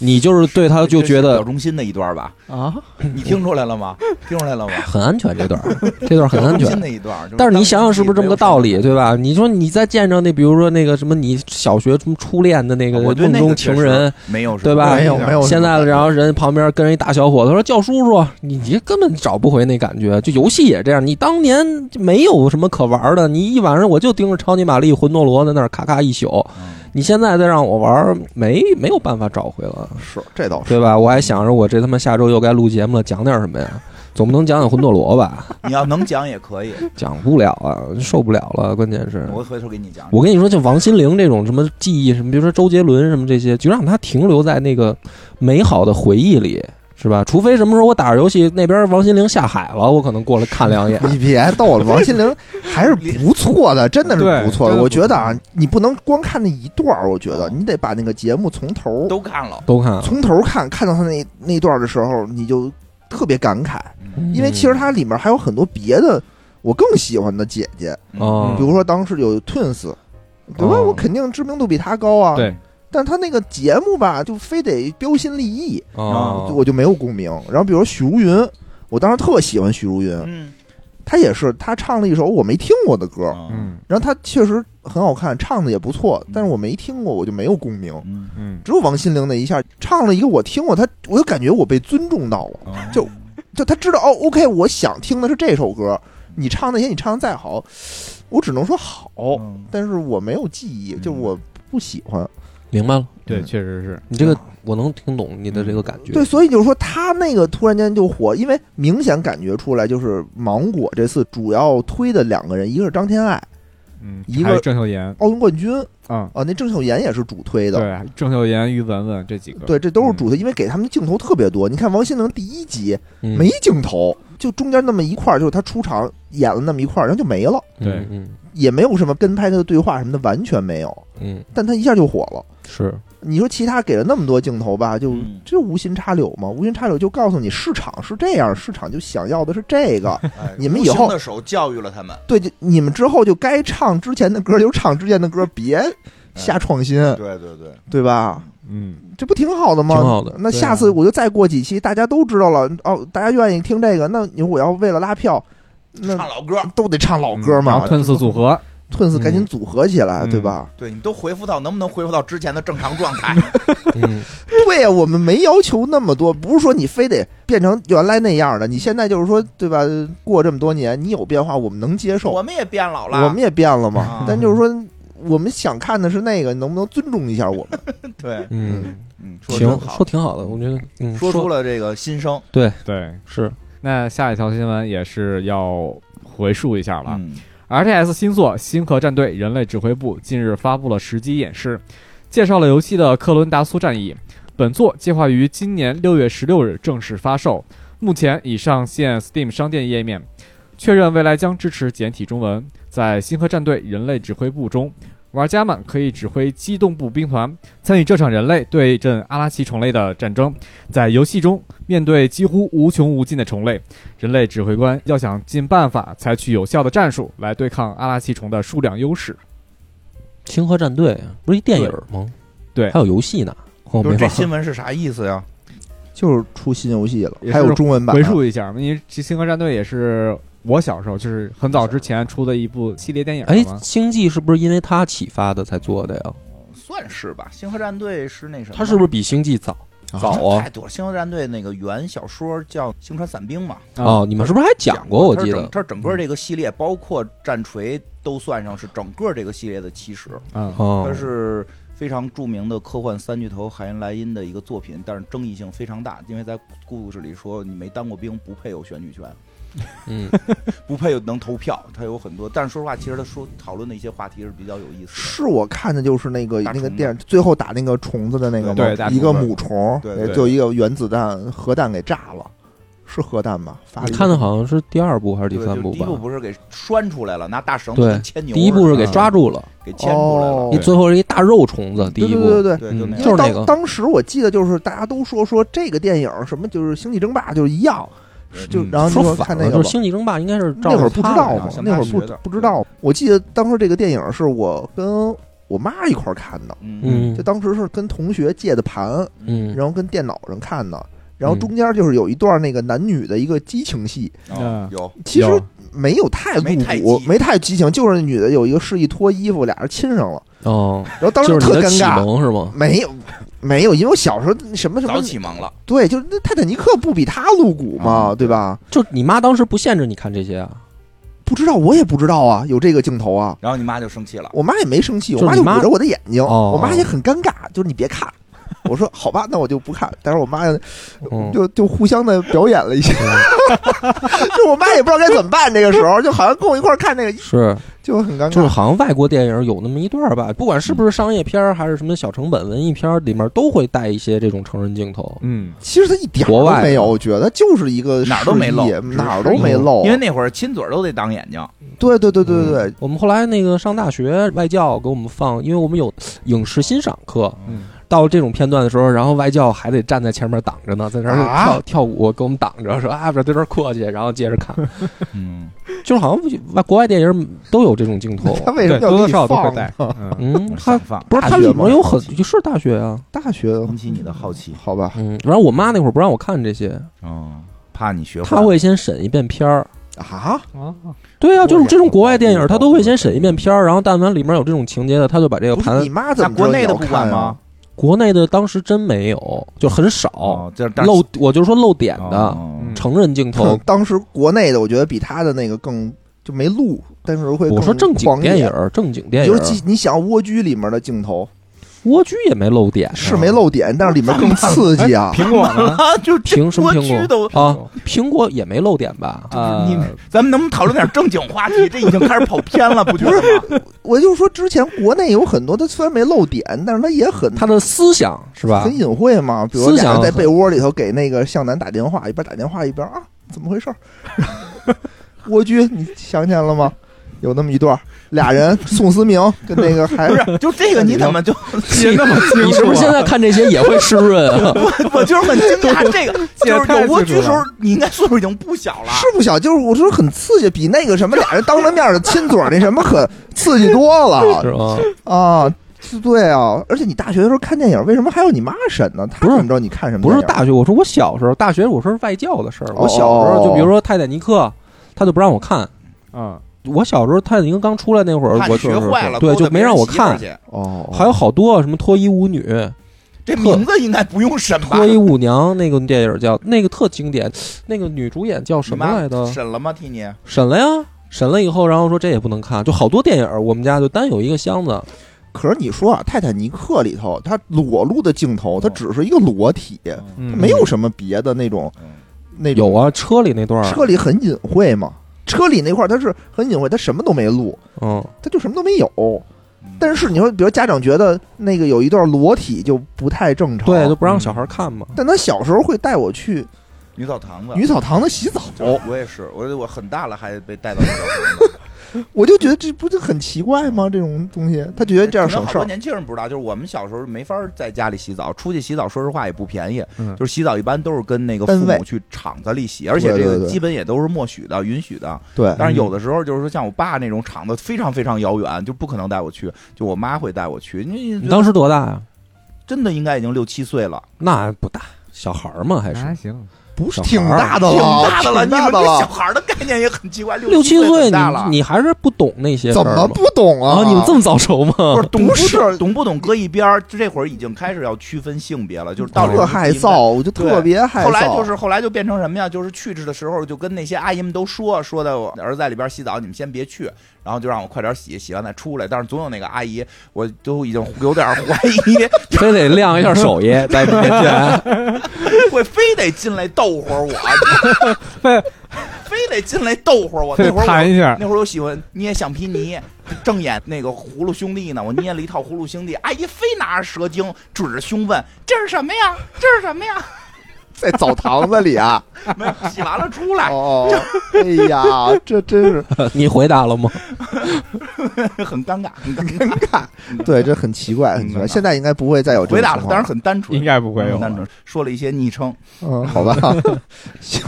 [SPEAKER 2] 你就是对他啊就觉
[SPEAKER 3] 表
[SPEAKER 2] 得
[SPEAKER 3] 忠心的一段 吧，
[SPEAKER 4] 啊，
[SPEAKER 3] 你听出来了吗？听出来了吗？
[SPEAKER 2] 很安全。这段儿这段 儿很
[SPEAKER 3] 表忠
[SPEAKER 2] 安全
[SPEAKER 3] 心。的一段，就
[SPEAKER 2] 但是你想想，
[SPEAKER 3] 当
[SPEAKER 2] 是不是这么个道理，对吧？你说你再见着那，比如说那个什么，你小学什么初恋的那个
[SPEAKER 3] 啊我对
[SPEAKER 2] 梦
[SPEAKER 3] 那
[SPEAKER 2] 中
[SPEAKER 3] 个
[SPEAKER 2] 情人，
[SPEAKER 3] 确实没有什么
[SPEAKER 2] 对吧
[SPEAKER 4] 没有没有
[SPEAKER 2] 现在然后人旁边跟一大小伙子说叫叔叔，你你根本找不回那感觉。就游戏也这样，你当年就没有什么可玩的，你一晚上我就盯着超级玛丽、魂斗罗在那儿咔咔一宿。
[SPEAKER 3] 嗯
[SPEAKER 2] 你现在再让我玩，没没有办法找回了，
[SPEAKER 4] 是这倒是
[SPEAKER 2] 对吧？我还想着我这他妈下周又该录节目了，讲点什么呀？总不能讲讲魂斗罗吧？
[SPEAKER 3] 你要能讲也可 以，
[SPEAKER 2] 讲不了啊，受不了了，关键是。
[SPEAKER 3] 我回头给你
[SPEAKER 1] 啊
[SPEAKER 3] 讲。
[SPEAKER 2] 我跟你说，就王心凌这种什么记忆，什么比如说周杰伦什么这些，就让他停留在那个美好的回忆里，是吧？除非什么时候我打着游戏，那边王心凌下海了，我可能过来看 两眼。
[SPEAKER 4] 你别逗了，王心凌还是不错的，真的是
[SPEAKER 1] 对
[SPEAKER 4] 不错
[SPEAKER 1] 真
[SPEAKER 4] 的。
[SPEAKER 1] 的不
[SPEAKER 4] 我觉得
[SPEAKER 1] 错
[SPEAKER 4] 啊，你不能光看那一段儿，我觉得你得把那个节目从头
[SPEAKER 3] 都看了，
[SPEAKER 2] 都看了，
[SPEAKER 4] 从头看，看到他那那段儿的时候，你就特别感慨，
[SPEAKER 2] 嗯
[SPEAKER 4] 因为其实它里面还有很多别的我更喜欢的姐姐，
[SPEAKER 2] 哦
[SPEAKER 4] 比
[SPEAKER 1] 嗯
[SPEAKER 4] 如说当时有 Twins，对吧？
[SPEAKER 2] 哦
[SPEAKER 4] 我肯定知名度比他高啊。
[SPEAKER 1] 对，
[SPEAKER 4] 但他那个节目吧，就非得标新立异，
[SPEAKER 2] 哦
[SPEAKER 4] 我就没有共鸣。然后比如许茹芸，我当时特喜欢许茹芸，
[SPEAKER 3] 嗯
[SPEAKER 4] 她也是，她唱了一首我没听过的歌，
[SPEAKER 3] 嗯
[SPEAKER 1] 嗯
[SPEAKER 4] 然后她确实很好看，唱的也不错
[SPEAKER 3] 嗯，
[SPEAKER 4] 但是我没听过，我就没有共鸣。
[SPEAKER 3] 嗯，
[SPEAKER 1] 嗯，
[SPEAKER 4] 只有王心凌那一下唱了一个我听过，她我就感觉我被尊重到了，
[SPEAKER 3] 哦
[SPEAKER 4] 就就她知道哦，OK，我想听的是这首歌，你唱那些你唱的再好，我只能说好，
[SPEAKER 3] 嗯
[SPEAKER 4] 但是我没有记忆，就我不喜欢。
[SPEAKER 2] 明白了，
[SPEAKER 1] 对，啊
[SPEAKER 4] 嗯
[SPEAKER 1] 确实是
[SPEAKER 2] 你这个我能听懂你的这个感觉。
[SPEAKER 4] 对，所以就是说他那个突然间就火，因为明显感觉出来，就是芒果这次主要推的两个人，一个是张天爱，
[SPEAKER 1] 嗯，
[SPEAKER 4] 一个
[SPEAKER 1] 还有郑秀妍，
[SPEAKER 4] 奥运冠军
[SPEAKER 1] 嗯，
[SPEAKER 4] 啊，那郑秀妍也是主推的。
[SPEAKER 1] 对，郑秀妍、于文文这几个，
[SPEAKER 4] 对，这都是主推，因为给他们的镜头特别多。你看王心凌第一集
[SPEAKER 2] 嗯
[SPEAKER 4] 没镜头，就中间那么一块儿，就是她出场演了那么一块儿，然后就没了，
[SPEAKER 2] 嗯
[SPEAKER 1] 对
[SPEAKER 2] 嗯
[SPEAKER 4] 也没有什么跟拍她的对话什么的，完全没有。
[SPEAKER 2] 嗯
[SPEAKER 4] 但她一下就火了。
[SPEAKER 2] 是
[SPEAKER 4] 你说其他给了那么多镜头吧，就
[SPEAKER 3] 嗯
[SPEAKER 4] 这无心插柳嘛，无心插柳就告诉你市场是这样，市场就想要的是这个，
[SPEAKER 3] 哎
[SPEAKER 4] 你们
[SPEAKER 3] 无
[SPEAKER 4] 以
[SPEAKER 3] 形
[SPEAKER 4] 后
[SPEAKER 3] 的手教育了他们，
[SPEAKER 4] 对，就你们之后就该唱之前的歌就唱之前的歌，别
[SPEAKER 2] 哎
[SPEAKER 4] 瞎创新，
[SPEAKER 2] 嗯
[SPEAKER 3] 对对对，
[SPEAKER 4] 对吧？
[SPEAKER 1] 嗯，
[SPEAKER 4] 这不挺好的吗？
[SPEAKER 2] 挺好的
[SPEAKER 4] 那
[SPEAKER 2] 对啊
[SPEAKER 4] 下次我就再过几期，大家都知道了哦，大家愿意听这个，那你我要为了拉票，
[SPEAKER 2] 嗯
[SPEAKER 4] 那
[SPEAKER 3] 唱老歌，
[SPEAKER 4] 都得唱老歌
[SPEAKER 1] 嗯然
[SPEAKER 4] 嘛
[SPEAKER 1] 后，吞四组合，
[SPEAKER 4] 吞死赶紧组合起来，
[SPEAKER 1] 嗯
[SPEAKER 4] 对吧？
[SPEAKER 3] 对你们都恢复到能不能恢复到之前的正常状态？
[SPEAKER 2] 嗯
[SPEAKER 4] 对呀、我们没要求那么多，不是说你非得变成原来那样的。你现在就是说，对吧？过这么多年，你有变化，我们能接受，
[SPEAKER 3] 我们也变老了，
[SPEAKER 4] 我们也变了嘛。
[SPEAKER 3] 啊
[SPEAKER 4] 但就是说，我们想看的是那个，你能不能尊重一下我们？
[SPEAKER 3] 对，
[SPEAKER 2] 嗯，
[SPEAKER 3] 嗯，说
[SPEAKER 2] 挺
[SPEAKER 3] 得真好
[SPEAKER 2] 说，挺好的，我觉得嗯
[SPEAKER 3] 说出了这个心声，
[SPEAKER 1] 对。
[SPEAKER 2] 是
[SPEAKER 1] 那下一条新闻也是要回溯一下了。
[SPEAKER 3] 嗯，
[SPEAKER 1] RTS 新作《星河战队：人类指挥部》近日发布了实机演示，介绍了游戏的克伦达苏战役。本作计划于今年六月十六日正式发售，目前已上线 Steam 商店页面。确认未来将支持简体中文。在《星河战队：人类指挥部》中，玩家们可以指挥机动步兵团参与这场人类对阵阿拉奇虫类的战争。在游戏中，面对几乎无穷无尽的虫类，人类指挥官要想尽办法采取有效的战术来对抗阿拉奇虫的数量优势。
[SPEAKER 2] 星河战队不是一电影吗？
[SPEAKER 1] 对
[SPEAKER 2] 还有游戏呢，我
[SPEAKER 3] 不
[SPEAKER 2] 没
[SPEAKER 3] 是这
[SPEAKER 2] 法
[SPEAKER 3] 新闻是啥意思呀？
[SPEAKER 4] 就是出新游戏了
[SPEAKER 1] 也，是
[SPEAKER 4] 还有中文版啊
[SPEAKER 1] 回。溯一下，因为这《星河战队》也是我小时候，就是很早之前出的一部系列电影
[SPEAKER 2] 哎，
[SPEAKER 1] 嘛。
[SPEAKER 2] 星际是不是因为他启发的才做的呀？
[SPEAKER 3] 算是吧，《星河战队》是那什么？
[SPEAKER 2] 他是不是比星际早 早啊
[SPEAKER 3] 太？多了，《哎星河战队》那个原小说叫《星船散兵》嘛，
[SPEAKER 1] 啊
[SPEAKER 4] 啊
[SPEAKER 2] 哦，你们是不是还讲过？我
[SPEAKER 3] 它是
[SPEAKER 2] 记
[SPEAKER 3] 整
[SPEAKER 2] 得嗯
[SPEAKER 3] 它是整个这个系列，包括战锤都算上，是整个这个系列的起始。
[SPEAKER 1] 嗯，
[SPEAKER 2] 哦
[SPEAKER 3] 它，是非常著名的科幻三巨头海因莱因的一个作品，但是争议性非常大，因为在故事里说你没当过兵不配有选举权，
[SPEAKER 2] 嗯，
[SPEAKER 3] 不配有能投票。它有很多，但是说实话，其实他说讨论的一些话题是比较有意思的。
[SPEAKER 4] 是我看的就是那个
[SPEAKER 3] 打
[SPEAKER 4] 那个
[SPEAKER 3] 虫子
[SPEAKER 4] 电影，最后打那个虫子的那个 吗？
[SPEAKER 1] 对打虫
[SPEAKER 4] 一
[SPEAKER 1] 子
[SPEAKER 4] 个母虫，哎
[SPEAKER 3] 对对
[SPEAKER 4] 就一个原子弹核弹给炸了，是核弹吧？发了
[SPEAKER 2] 你
[SPEAKER 4] 一个
[SPEAKER 2] 看的好像是第二部还是
[SPEAKER 3] 对，
[SPEAKER 2] 第
[SPEAKER 3] 就
[SPEAKER 2] 三部
[SPEAKER 3] 第一
[SPEAKER 2] 吧
[SPEAKER 3] 部？不是给拴出来了，拿大绳子
[SPEAKER 2] 对
[SPEAKER 3] 跟牵牛似的。
[SPEAKER 2] 第一部是给抓住了，
[SPEAKER 3] 给牵出来了
[SPEAKER 4] 哦。
[SPEAKER 2] 你最后是一大肉虫子。第
[SPEAKER 4] 对
[SPEAKER 2] 一
[SPEAKER 4] 对
[SPEAKER 2] 部
[SPEAKER 4] 对对对。
[SPEAKER 3] 对，就
[SPEAKER 2] 嗯
[SPEAKER 3] 那样。
[SPEAKER 4] 因为
[SPEAKER 2] 就是那
[SPEAKER 4] 当、
[SPEAKER 2] 个
[SPEAKER 4] 当时我记得就是大家都说说这个电影什么就是《星际争霸》就是一样，是就
[SPEAKER 1] 嗯
[SPEAKER 4] 然后你
[SPEAKER 2] 说
[SPEAKER 4] 说
[SPEAKER 2] 反
[SPEAKER 4] 看
[SPEAKER 2] 了，
[SPEAKER 4] 那
[SPEAKER 2] 就
[SPEAKER 4] 个
[SPEAKER 2] 是
[SPEAKER 4] 吧
[SPEAKER 2] 《星际争霸》应该是照
[SPEAKER 4] 那会儿
[SPEAKER 2] 着
[SPEAKER 4] 不知
[SPEAKER 2] 他的
[SPEAKER 4] 道
[SPEAKER 3] 好
[SPEAKER 4] 嘛，
[SPEAKER 3] 像
[SPEAKER 4] 那会儿
[SPEAKER 3] 大
[SPEAKER 4] 不
[SPEAKER 3] 学的
[SPEAKER 4] 不知道。我记得当时这个电影是我跟我妈一块儿看的，
[SPEAKER 3] 嗯
[SPEAKER 2] 嗯
[SPEAKER 4] 就当时是跟同学借的盘，
[SPEAKER 2] 嗯，
[SPEAKER 4] 然后跟电脑上看的。然后中间就是有一段那个男女的一个激情戏，
[SPEAKER 1] 啊
[SPEAKER 3] 哦有
[SPEAKER 4] 其实
[SPEAKER 1] 有
[SPEAKER 4] 没有太
[SPEAKER 3] 没
[SPEAKER 4] 露
[SPEAKER 3] 太
[SPEAKER 4] 骨，
[SPEAKER 3] 激
[SPEAKER 4] 没太激情，就是那女的有一个示意脱衣服，俩人亲上了，
[SPEAKER 2] 哦，
[SPEAKER 4] 然后当时
[SPEAKER 2] 就是你
[SPEAKER 4] 特
[SPEAKER 2] 的
[SPEAKER 4] 尴
[SPEAKER 2] 启
[SPEAKER 4] 尬。
[SPEAKER 2] 蒙是吗？
[SPEAKER 4] 没有，没有，因为我小时候什么什
[SPEAKER 3] 早
[SPEAKER 4] 么，
[SPEAKER 3] 启蒙了，
[SPEAKER 4] 对，就是那泰坦尼克不比他露骨嘛，
[SPEAKER 3] 啊
[SPEAKER 4] 对吧？
[SPEAKER 2] 就你妈当时不限制你看这些啊？
[SPEAKER 4] 不知道，我也不知道啊，有这个镜头啊。
[SPEAKER 3] 然后你妈就生气了。
[SPEAKER 4] 我妈也没生气，我
[SPEAKER 2] 就是
[SPEAKER 4] 妈
[SPEAKER 2] 你
[SPEAKER 4] 就
[SPEAKER 2] 妈
[SPEAKER 4] 捂着我的眼睛，
[SPEAKER 2] 哦
[SPEAKER 4] 我妈也很尴尬，就是你别看。我说好吧，那我就不看。但是我妈
[SPEAKER 2] 嗯，
[SPEAKER 4] 就就互相的表演了一下， 就我妈也不知道该怎么办。这个时候就好像跟我一块儿看那个，
[SPEAKER 2] 是，
[SPEAKER 4] 就很尴
[SPEAKER 2] 就是
[SPEAKER 4] 尬。
[SPEAKER 2] 好像外国电影有那么一段儿吧，不管是
[SPEAKER 4] 嗯
[SPEAKER 2] 不是商业片儿还是什么小成本文艺片儿，里面都会带一些这种成人镜头。
[SPEAKER 1] 嗯，
[SPEAKER 4] 其实他一点儿
[SPEAKER 2] 国
[SPEAKER 4] 都
[SPEAKER 2] 外
[SPEAKER 4] 没有，我觉得就是一个
[SPEAKER 3] 哪儿都没露
[SPEAKER 4] 示意
[SPEAKER 3] 只
[SPEAKER 4] 哪儿
[SPEAKER 3] 是
[SPEAKER 4] 都没
[SPEAKER 2] 一个
[SPEAKER 4] 露
[SPEAKER 3] 因。为那会儿亲嘴儿都得挡眼睛，
[SPEAKER 4] 对对对对对，
[SPEAKER 2] 我们后来那个上大学外教给我们放，因为我们有影视欣赏课，
[SPEAKER 1] 嗯
[SPEAKER 2] 到这种片段的时候，然后外教还得站在前面挡着呢，在那儿跳、
[SPEAKER 4] 啊
[SPEAKER 2] 跳舞给我们挡着，说啊别在这儿客气，然后接着看，
[SPEAKER 3] 嗯，
[SPEAKER 2] 就是好像外国外电影都有这种
[SPEAKER 4] 。
[SPEAKER 2] 镜头
[SPEAKER 4] 他为什么
[SPEAKER 1] 对多
[SPEAKER 4] 要给
[SPEAKER 1] 多
[SPEAKER 4] 你
[SPEAKER 1] 少少都会
[SPEAKER 4] 放
[SPEAKER 1] 带
[SPEAKER 4] 呢？。
[SPEAKER 1] 嗯
[SPEAKER 2] 嗯，他
[SPEAKER 3] 想放
[SPEAKER 2] 不是它
[SPEAKER 4] 大学
[SPEAKER 2] 里
[SPEAKER 4] 吗
[SPEAKER 2] 面有很是大学啊，
[SPEAKER 4] 大学
[SPEAKER 3] 引起你的好奇
[SPEAKER 4] 好吧，
[SPEAKER 2] 嗯，然后我妈那会儿不让我看这些，
[SPEAKER 3] 哦，怕你学
[SPEAKER 2] 她会先审一遍片儿。
[SPEAKER 4] 啊，
[SPEAKER 1] 啊，
[SPEAKER 2] 对啊，
[SPEAKER 3] 我
[SPEAKER 2] 就是
[SPEAKER 3] 也
[SPEAKER 2] 这种
[SPEAKER 3] 不
[SPEAKER 2] 国外电影，
[SPEAKER 3] 我
[SPEAKER 2] 她都会先审一遍片儿，然后但凡里面有这种情节的，她就把这个
[SPEAKER 4] 不是
[SPEAKER 2] 盘
[SPEAKER 4] 你。妈
[SPEAKER 3] 那
[SPEAKER 4] 怎么
[SPEAKER 3] 国内的
[SPEAKER 4] 知道
[SPEAKER 3] 不
[SPEAKER 4] 你要
[SPEAKER 3] 管
[SPEAKER 4] 看啊
[SPEAKER 3] 吗？？
[SPEAKER 2] 国内的当时真没有，就很少
[SPEAKER 3] 哦，这
[SPEAKER 2] 露，我就说露点的
[SPEAKER 3] 哦
[SPEAKER 1] 嗯
[SPEAKER 2] 成人镜头
[SPEAKER 4] 哼。 当时国内的我觉得比他的那个更就没录，但是会
[SPEAKER 3] 嗯
[SPEAKER 2] 我说
[SPEAKER 4] 更
[SPEAKER 2] 正经
[SPEAKER 4] 狂野
[SPEAKER 2] 电影，，正经电影
[SPEAKER 4] 尤，其你想《蜗居》里面的镜头，
[SPEAKER 2] 蜗居也没 漏点啊，
[SPEAKER 4] 是没漏点，但是里面更刺激
[SPEAKER 2] 哎
[SPEAKER 4] 啊！
[SPEAKER 1] 苹果呢？
[SPEAKER 3] 啊，就这
[SPEAKER 2] 苹什么
[SPEAKER 3] 蜗
[SPEAKER 2] 苹
[SPEAKER 3] 居都
[SPEAKER 2] 果呃啊？苹果也没漏 点吧？
[SPEAKER 1] 啊，
[SPEAKER 3] 你咱们能不能讨论点正经话 题？这已经开始跑偏了，不觉得吗？
[SPEAKER 4] 我就说之前国内有很多，它虽然没漏点，但是它也很
[SPEAKER 2] 他的思想是吧
[SPEAKER 4] 很？隐晦嘛。比如
[SPEAKER 2] 思
[SPEAKER 4] 俩人
[SPEAKER 2] 想
[SPEAKER 4] 在
[SPEAKER 2] 很
[SPEAKER 4] 被窝里头给那个向南打电话，一边打电话一边啊，怎么回事儿？ 蜗居，你想起来了吗？有那么一段儿，俩人宋思明跟那个 还
[SPEAKER 3] 不是，就这个你怎么就
[SPEAKER 1] 记 那么清楚啊
[SPEAKER 2] 你是不是现在看这些也会湿润啊？
[SPEAKER 3] 我我就是很惊讶，这个
[SPEAKER 1] 记
[SPEAKER 3] 就
[SPEAKER 1] 得
[SPEAKER 3] 是
[SPEAKER 1] 太
[SPEAKER 3] 有蜗
[SPEAKER 1] 清
[SPEAKER 3] 居
[SPEAKER 1] 楚
[SPEAKER 3] 时候
[SPEAKER 1] 了，
[SPEAKER 3] 你应该岁数已经不小了。
[SPEAKER 4] 是不小，就是我说很刺激，比那个什么俩人当着面的亲嘴儿那什么可刺激多
[SPEAKER 2] 是
[SPEAKER 4] 了
[SPEAKER 2] 吗？
[SPEAKER 4] 啊！对啊，而且你大学的时候看电影，为什么还有你妈审呢？她
[SPEAKER 2] 不是
[SPEAKER 4] 怎么着你看什么
[SPEAKER 2] 不
[SPEAKER 4] 电
[SPEAKER 2] 是
[SPEAKER 4] 影？
[SPEAKER 2] 大学，我说我小时候，大学我说是外教的事儿。我小时
[SPEAKER 4] 哦
[SPEAKER 2] 候就比如说《泰坦尼克》，他就不让我看。
[SPEAKER 1] 嗯，
[SPEAKER 2] 我小时候《泰坦尼克》刚出来那会儿，
[SPEAKER 3] 怕
[SPEAKER 2] 我
[SPEAKER 3] 你学坏了，勾
[SPEAKER 2] 对，
[SPEAKER 3] 搭
[SPEAKER 2] 就没
[SPEAKER 3] 别人
[SPEAKER 2] 让我
[SPEAKER 3] 媳妇儿
[SPEAKER 2] 看。
[SPEAKER 3] 去。
[SPEAKER 4] 哦，
[SPEAKER 2] 还有好多什么脱衣舞女、
[SPEAKER 3] 这名字应该不用审吧
[SPEAKER 2] 脱？衣舞娘那个电 影叫那个特经典，那个女主演叫什么来着？
[SPEAKER 3] 审了吗？替
[SPEAKER 4] 嗯
[SPEAKER 3] 你？
[SPEAKER 2] 审了呀，审了以后，然后说这也不能看，就好多电影，我们家就单有一个箱子。
[SPEAKER 4] 可是你说啊，《泰坦尼克》里头，它裸露的镜头，它只是一个裸体，
[SPEAKER 1] 嗯
[SPEAKER 4] 没有什么别的那种
[SPEAKER 3] 嗯
[SPEAKER 4] 那种
[SPEAKER 2] 有啊，车里那段儿，
[SPEAKER 4] 车里很隐晦嘛，车里那块儿它是很隐晦，它什么都没录，
[SPEAKER 2] 嗯，
[SPEAKER 4] 它就什么都没有。
[SPEAKER 3] 嗯
[SPEAKER 4] 但是你说，比如家长觉得那个有一段裸体就不太正常，
[SPEAKER 2] 对，就不让小孩看嘛。
[SPEAKER 4] 但他小时候会带我去
[SPEAKER 3] 女澡堂子，
[SPEAKER 4] 女澡堂子洗澡，
[SPEAKER 3] 哦，我也是，我我很大了还被带到女澡堂子，
[SPEAKER 4] 我就觉得这不就很奇怪吗？这种东西，他觉得 这样
[SPEAKER 3] 可能
[SPEAKER 4] 省
[SPEAKER 3] 好
[SPEAKER 4] 事
[SPEAKER 3] 多
[SPEAKER 4] 儿。
[SPEAKER 3] 年轻人不知道，就是我们小时候没法在家里洗澡，出去洗澡，说实话也不便宜，
[SPEAKER 1] 嗯
[SPEAKER 3] 就是洗澡一般都是跟那个父
[SPEAKER 4] 单位
[SPEAKER 3] 母去厂子里洗，而且这
[SPEAKER 4] 对对嗯
[SPEAKER 3] 个
[SPEAKER 4] 对
[SPEAKER 3] 基本也都是默许的、允许的。
[SPEAKER 4] 对，
[SPEAKER 3] 但是有的时候就是说，像我爸那种厂子非常非常遥远，就不可能带我去，就我妈会带我去。你
[SPEAKER 2] 你当时多大呀？
[SPEAKER 3] 真的应该已经六七岁了，
[SPEAKER 2] 那不大，小孩儿嘛，还
[SPEAKER 1] 那
[SPEAKER 2] 是
[SPEAKER 1] 还行，
[SPEAKER 4] 哎不是
[SPEAKER 2] 小孩儿
[SPEAKER 4] 挺大的
[SPEAKER 3] 挺
[SPEAKER 4] 了，
[SPEAKER 3] 大的了。
[SPEAKER 4] 挺
[SPEAKER 3] 你
[SPEAKER 4] 大
[SPEAKER 3] 们
[SPEAKER 4] 的
[SPEAKER 3] 对小
[SPEAKER 4] 了，
[SPEAKER 3] 孩的概念也很奇怪，
[SPEAKER 2] 六
[SPEAKER 3] 七
[SPEAKER 2] 七岁
[SPEAKER 3] 很大了。
[SPEAKER 2] 你你还是不懂那些事
[SPEAKER 4] 怎
[SPEAKER 2] 儿
[SPEAKER 4] 么
[SPEAKER 2] 嘛
[SPEAKER 4] 不懂啊？
[SPEAKER 2] 啊？你们这么早熟吗？
[SPEAKER 3] 不是懂
[SPEAKER 4] 不
[SPEAKER 3] 不
[SPEAKER 4] 是
[SPEAKER 3] 懂懂不懂搁一边儿，就这会儿已经开始要区分性别了，就是到底
[SPEAKER 4] 特害臊，我就特别害臊。
[SPEAKER 3] 后来就是后来就变成什么呀？就是去世的时候就跟那些阿姨们都说，说的我儿子在里边洗澡，你们先别去，然后就让我快点洗，洗完再出来。但是总有那个阿姨，我都已经有点怀 疑，
[SPEAKER 2] 非得亮一下手艺
[SPEAKER 3] 哎
[SPEAKER 2] 在你面
[SPEAKER 3] 啊
[SPEAKER 2] 前，
[SPEAKER 3] 会非得进来逗会儿我，
[SPEAKER 1] 非
[SPEAKER 3] 非得进来逗会儿我。
[SPEAKER 1] 非
[SPEAKER 3] 那
[SPEAKER 1] 得
[SPEAKER 3] 会儿
[SPEAKER 1] 谈
[SPEAKER 3] 我
[SPEAKER 1] 一下，
[SPEAKER 3] 那会儿我喜欢捏橡皮泥，正演那个葫芦兄弟呢，我捏了一套葫芦兄弟，阿姨非拿着蛇精指着胸问：“这是什么呀？这是什么呀
[SPEAKER 4] 在澡堂子里啊，？”
[SPEAKER 3] 没有洗完了出来，
[SPEAKER 4] 哦，哎呀，这真是
[SPEAKER 2] 你回答了吗？
[SPEAKER 3] 很尴尬，很尴尬。
[SPEAKER 4] 对，这很奇怪，很奇怪。
[SPEAKER 3] 嗯
[SPEAKER 4] 现在应该不会再有这
[SPEAKER 3] 回
[SPEAKER 4] 种
[SPEAKER 3] 答了，
[SPEAKER 4] 情
[SPEAKER 3] 当
[SPEAKER 4] 况
[SPEAKER 3] 然很单纯，
[SPEAKER 1] 应该不会有
[SPEAKER 3] 很单纯，说了一些昵称，
[SPEAKER 4] 嗯，好吧， 星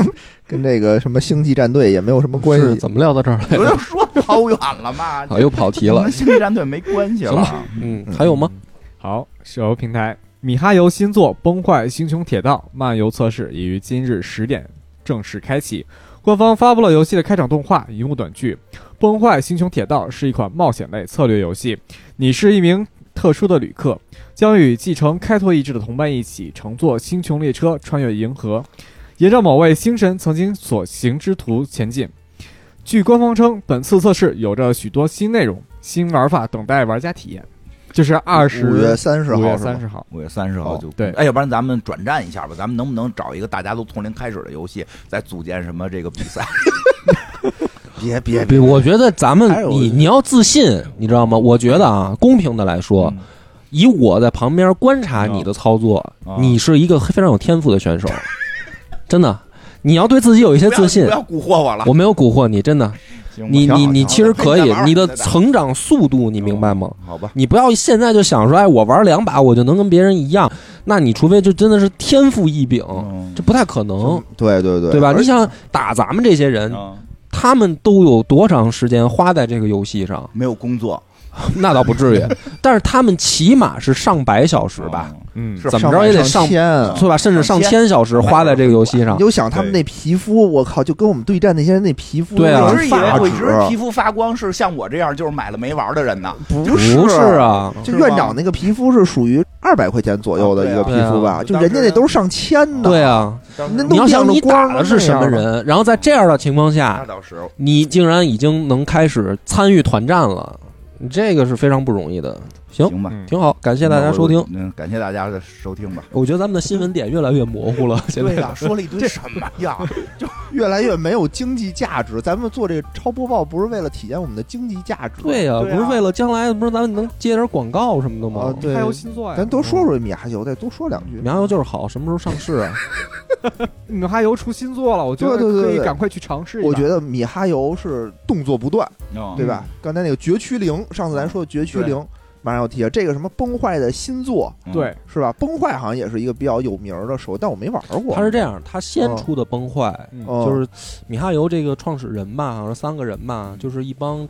[SPEAKER 4] 跟这个什么星际战队也没有什么关
[SPEAKER 2] 是
[SPEAKER 4] 系。
[SPEAKER 2] 怎么聊到这儿来
[SPEAKER 3] 我
[SPEAKER 2] 了？
[SPEAKER 3] 就说跑远了嘛，
[SPEAKER 2] 啊，又跑题了
[SPEAKER 3] 跟。星际战队没关系
[SPEAKER 2] 行
[SPEAKER 3] 了啊
[SPEAKER 2] 吧。嗯，还有吗？
[SPEAKER 1] 好，手游平台米哈游新作《崩坏：星穹铁道》漫游测试已于今日十点正式开启。官方发布了游戏的开场动画、荧幕短剧。《崩坏：星穹铁道》是一款冒险类策略游戏，你是一名特殊的旅客，将与继承开拓意志的同伴一起乘坐星穹列车穿越银河，沿着某位星神曾经所行之途前进。据官方称，本次测试有着许多新内容、新玩法等待玩家体验。就是二十
[SPEAKER 4] 五月三十
[SPEAKER 1] 五月
[SPEAKER 4] 号是吧
[SPEAKER 1] 三？十号，
[SPEAKER 3] 五月三十号
[SPEAKER 4] 哦
[SPEAKER 3] 就
[SPEAKER 1] 对
[SPEAKER 3] 哎，要不然咱们转战一下吧，咱们能不能找一个大家都从零开始的游戏，再组建什么这个比赛？
[SPEAKER 4] 别别别，
[SPEAKER 2] 别，我觉得咱们
[SPEAKER 4] 还有
[SPEAKER 2] 你你要自信，你知道吗？我觉得啊，公平的来说，
[SPEAKER 3] 嗯
[SPEAKER 2] 以我在旁边观察你的操作
[SPEAKER 3] 啊，
[SPEAKER 2] 你是一个非常有天赋的选手，真的。你要对自己有一些
[SPEAKER 3] 不要
[SPEAKER 2] 自信
[SPEAKER 3] 不，要蛊惑我了。
[SPEAKER 2] 我没有蛊惑你，真的。
[SPEAKER 3] 行吧
[SPEAKER 2] 你
[SPEAKER 3] 挺好
[SPEAKER 2] 你
[SPEAKER 3] 挺
[SPEAKER 2] 你
[SPEAKER 3] 好
[SPEAKER 2] 其实可
[SPEAKER 3] 再
[SPEAKER 2] 以
[SPEAKER 3] 玩，玩
[SPEAKER 2] 你的
[SPEAKER 3] 再打
[SPEAKER 2] 成长速度你明白吗？
[SPEAKER 3] 好吧，
[SPEAKER 2] 你不要现在就想说，哎，我玩两把我就能跟别人一样，那你除非就真的是天赋异禀，
[SPEAKER 3] 嗯
[SPEAKER 2] 这不太可能，
[SPEAKER 4] 对对对，
[SPEAKER 2] 对吧？
[SPEAKER 4] 而
[SPEAKER 2] 你想打咱们这些人，
[SPEAKER 3] 嗯？
[SPEAKER 2] 他们都有多长时间花在这个游戏上
[SPEAKER 3] 没有工作
[SPEAKER 2] 那倒不至于，但是他们起码是上百小时
[SPEAKER 3] 是吧
[SPEAKER 2] 吧，？
[SPEAKER 1] 嗯，
[SPEAKER 3] 哦是
[SPEAKER 2] 怎么
[SPEAKER 4] 上
[SPEAKER 2] 着也
[SPEAKER 4] 上
[SPEAKER 2] 得上，
[SPEAKER 4] 千。啊
[SPEAKER 2] 对吧？甚至
[SPEAKER 3] 上
[SPEAKER 2] 上
[SPEAKER 3] 千
[SPEAKER 2] 千小时花在这个游戏
[SPEAKER 4] 你
[SPEAKER 2] 上。
[SPEAKER 4] 就想他们那皮肤，我靠，就跟我们对战那些人那皮肤，
[SPEAKER 2] 对啊
[SPEAKER 3] 我
[SPEAKER 4] 那
[SPEAKER 3] 一直
[SPEAKER 4] 种
[SPEAKER 3] 以为
[SPEAKER 4] 发
[SPEAKER 3] 我一直皮
[SPEAKER 4] 质，
[SPEAKER 3] 肤发光是像我这样就是买了没玩的人呢。
[SPEAKER 4] 不
[SPEAKER 2] 不是，啊，
[SPEAKER 4] 就是院
[SPEAKER 3] 吗
[SPEAKER 4] 长那个皮肤是属于二百块钱左右的一个皮肤吧，
[SPEAKER 3] 啊
[SPEAKER 4] 就
[SPEAKER 3] 对啊
[SPEAKER 4] 人家那都是上千的。
[SPEAKER 2] 对啊，
[SPEAKER 4] 那
[SPEAKER 2] 你
[SPEAKER 4] 都
[SPEAKER 2] 要
[SPEAKER 4] 亮
[SPEAKER 2] 想
[SPEAKER 4] 着
[SPEAKER 2] 你
[SPEAKER 4] 光
[SPEAKER 2] 打的是什么
[SPEAKER 4] 那样
[SPEAKER 2] 人，然后在这样的情况下
[SPEAKER 3] 那，倒是，
[SPEAKER 2] 你竟然已经能开始参与团战了，你这个是非常不容易的。行，
[SPEAKER 3] 行吧，
[SPEAKER 1] 嗯
[SPEAKER 2] 挺好，感谢大家收听。
[SPEAKER 3] 嗯，感谢大家的收听吧。
[SPEAKER 2] 我觉得咱们的新闻点越来越模糊了，现在
[SPEAKER 3] 呀，啊说了一堆什么呀？
[SPEAKER 4] 越来越没有经济价值。咱们做这个超播报不是为了体现我们的经济价值，
[SPEAKER 2] 对呀、
[SPEAKER 3] 对啊
[SPEAKER 2] 不是为了将来，不是咱们能接点广告什么的吗
[SPEAKER 3] 嗯
[SPEAKER 4] 啊？对
[SPEAKER 1] 还有新作呀，
[SPEAKER 4] 咱多说说米哈游，再多说两句。
[SPEAKER 2] 苗苗就是好，什么时候上市 啊？
[SPEAKER 1] 米哈游出新作了，我觉得
[SPEAKER 4] 对对对
[SPEAKER 1] 可以
[SPEAKER 4] 对
[SPEAKER 1] 赶快去尝试一下。
[SPEAKER 4] 我觉得米哈游是动作不断，
[SPEAKER 3] 嗯
[SPEAKER 2] 啊
[SPEAKER 4] 对吧？刚才那个《绝区零》，上次咱说的《绝区
[SPEAKER 3] 对
[SPEAKER 4] 零》，马上要提了。啊这个什么崩坏的新作
[SPEAKER 3] 嗯
[SPEAKER 1] 对，
[SPEAKER 4] 是吧？崩坏好像也是一个比较有名儿的手游，但我没玩过。
[SPEAKER 2] 他是这样，他先出的崩坏，
[SPEAKER 4] 嗯，
[SPEAKER 2] 就是米哈游这个创始人吧，好像是三个人
[SPEAKER 4] 嗯
[SPEAKER 2] 吧，就是一帮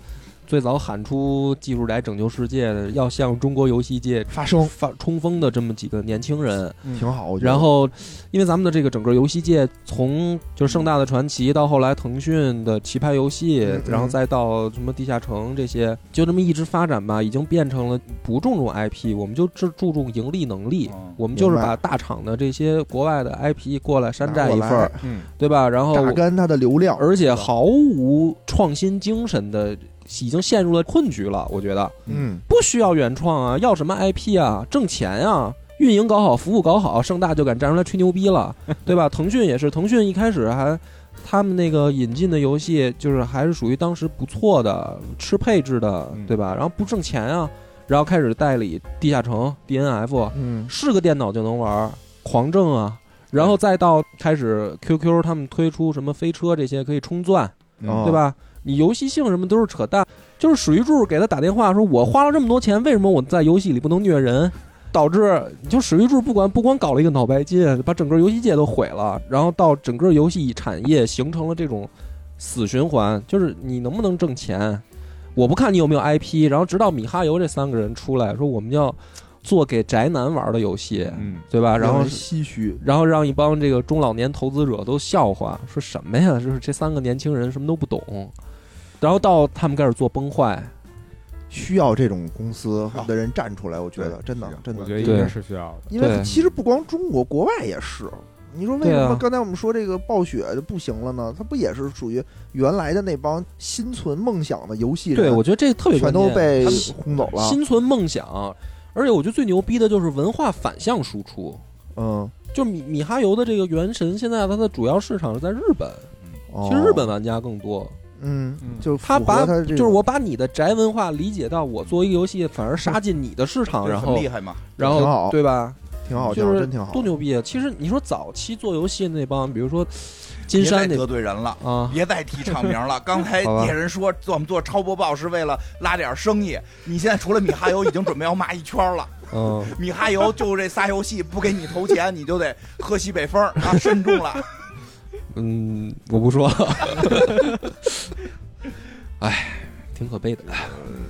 [SPEAKER 2] 最早喊出技术宅拯救世界的，要向中国游戏界
[SPEAKER 4] 发声嗯
[SPEAKER 2] 发冲锋的这么几个年轻人。
[SPEAKER 4] 挺好，我觉得。
[SPEAKER 2] 然后，因为咱们的这个整个游戏界，从就是盛大的传奇到后来腾讯的棋牌游戏，
[SPEAKER 4] 嗯嗯
[SPEAKER 2] 然后再到什么地下城这些，就这么一直发展吧，已经变成了不注重 IP，我们就只注重盈利能力。
[SPEAKER 3] 嗯
[SPEAKER 2] 我们就是
[SPEAKER 4] 明白
[SPEAKER 2] 把大厂的这些国外的 IP 过来山寨一份
[SPEAKER 4] 拿过来
[SPEAKER 2] 儿，对吧？然后
[SPEAKER 4] 榨干它的流量，
[SPEAKER 2] 而且毫无创新精神的，已经陷入了困局了。我觉得
[SPEAKER 4] 嗯，
[SPEAKER 2] 不需要原创啊，要什么 IP 啊，挣钱啊。运营搞好，服务搞好，盛大就敢站出来吹牛 逼了，对吧？腾讯也是，腾讯一开始还，他们那个引进的游戏就是还是属于当时不错的，吃配置的
[SPEAKER 1] 嗯，
[SPEAKER 2] 对吧？然后不挣钱啊，然后开始代理地下城 DNF，
[SPEAKER 4] 嗯
[SPEAKER 2] 是个电脑就能玩儿，狂挣啊。然后再到开始 QQ 他们推出什么飞车这些可以冲钻，
[SPEAKER 4] 哦
[SPEAKER 2] 嗯对吧？你游戏性什么都是扯淡，就是史玉柱给他打电话说，我花了这么多钱，为什么我在游戏里不能虐人？导致就史玉柱不管不光搞了一个脑白金，把整个游戏界都毁了，然后到整个游戏产业形成了这种死循环，就是你能不能挣钱，我不看你有没有 IP，然后直到米哈游这三个人出来说我们要做给宅男玩的游戏，
[SPEAKER 1] 嗯，
[SPEAKER 2] 对吧？然
[SPEAKER 4] 让
[SPEAKER 2] 后
[SPEAKER 4] 人唏嘘，
[SPEAKER 2] 然后让一帮这个中老年投资者都笑话，说什么呀？就是这三个年轻人什么都不懂。然后到他们开始做崩坏，
[SPEAKER 4] 需要这种公司
[SPEAKER 1] 好
[SPEAKER 4] 的人站出来，我觉得真的真
[SPEAKER 1] 我
[SPEAKER 4] 的
[SPEAKER 1] 觉得，应
[SPEAKER 2] 对
[SPEAKER 1] 该是需要的。
[SPEAKER 4] 因为
[SPEAKER 2] 对
[SPEAKER 4] 其实不光中国，国外也是。你说为什
[SPEAKER 2] 对
[SPEAKER 4] 么
[SPEAKER 2] 啊
[SPEAKER 4] 刚才我们说这个暴雪就不行了呢？它不也是属于原来的那帮心存梦想的游戏人，
[SPEAKER 2] 对我觉得这特别
[SPEAKER 4] 全
[SPEAKER 2] 关
[SPEAKER 4] 都
[SPEAKER 2] 键
[SPEAKER 4] 被
[SPEAKER 2] 他们
[SPEAKER 4] 轰走了。
[SPEAKER 2] 心存梦想，而且我觉得最牛逼的就是文化反向输出。
[SPEAKER 4] 嗯，
[SPEAKER 2] 就米米哈游的这个《原神》，现在它的主要市场是在日本，
[SPEAKER 4] 哦
[SPEAKER 2] 其实日本玩家更多。
[SPEAKER 4] 嗯
[SPEAKER 1] 嗯，
[SPEAKER 4] 就符
[SPEAKER 2] 他
[SPEAKER 4] 合
[SPEAKER 2] 把
[SPEAKER 4] 它
[SPEAKER 2] 就
[SPEAKER 4] 这
[SPEAKER 2] 是
[SPEAKER 4] 种
[SPEAKER 2] 我把你的宅文化理解到我做一个游戏，反而杀进你的市场，然
[SPEAKER 3] 很
[SPEAKER 2] 后
[SPEAKER 3] 厉害嘛，
[SPEAKER 2] 然
[SPEAKER 4] 挺好
[SPEAKER 2] 后对吧？
[SPEAKER 4] 挺好，挺
[SPEAKER 2] 就
[SPEAKER 4] 好，
[SPEAKER 2] 是
[SPEAKER 4] 真挺好
[SPEAKER 2] 多。牛逼啊！其实你说早期做游戏那帮，比如说金
[SPEAKER 3] 别再
[SPEAKER 2] 山那
[SPEAKER 3] 得罪人了。
[SPEAKER 2] 啊，
[SPEAKER 3] 别再提厂名 了。刚才
[SPEAKER 2] 好吧
[SPEAKER 3] 野人说做我们做超播报是为了拉点生意，你现在除了米哈游，已经准备要骂一圈了。
[SPEAKER 2] 嗯，
[SPEAKER 3] 米哈游就这仨游戏，不给你投钱，你就得喝西北风啊！慎重了，
[SPEAKER 2] 嗯，我不说了。 哎，挺可悲的。
[SPEAKER 3] 哎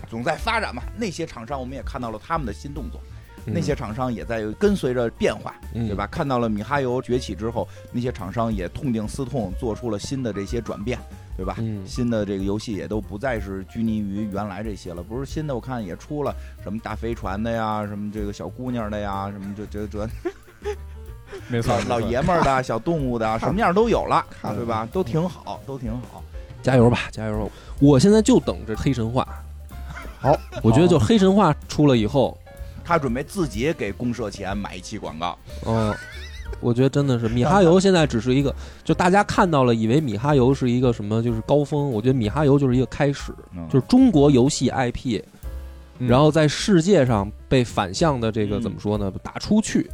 [SPEAKER 3] 总在发展嘛。那些厂商我们也看到了他们的新动作，
[SPEAKER 2] 嗯
[SPEAKER 3] 那些厂商也在跟随着变化，
[SPEAKER 2] 嗯
[SPEAKER 3] 对吧？看到了米哈游崛起之后，那些厂商也痛定思痛，做出了新的这些转变，对吧？
[SPEAKER 2] 嗯
[SPEAKER 3] 新的这个游戏也都不再是拘泥于原来这些了，不是新的，我看也出了什么大飞船的呀，什么这个小姑娘的呀，什么这这 这
[SPEAKER 1] 没错
[SPEAKER 3] 老，老
[SPEAKER 1] 没错
[SPEAKER 3] 爷们儿的啊小动物的，什么样都有了，
[SPEAKER 4] 看
[SPEAKER 3] 对吧？都挺好，都挺好。
[SPEAKER 2] 加油吧，加油吧！我现在就等着黑神话。
[SPEAKER 4] 好，
[SPEAKER 2] 我觉得就黑神话出了以后，
[SPEAKER 3] 他准备自己给公社前买一期广告，
[SPEAKER 2] 嗯、我觉得真的是米哈游现在只是一个，就大家看到了以为米哈游是一个什么，就是高峰。我觉得米哈游就是一个开始，
[SPEAKER 3] 嗯
[SPEAKER 2] 就是中国游戏 IP
[SPEAKER 1] 嗯
[SPEAKER 2] 然后在世界上被反向的这个
[SPEAKER 3] 嗯
[SPEAKER 2] 怎么说呢？打出去。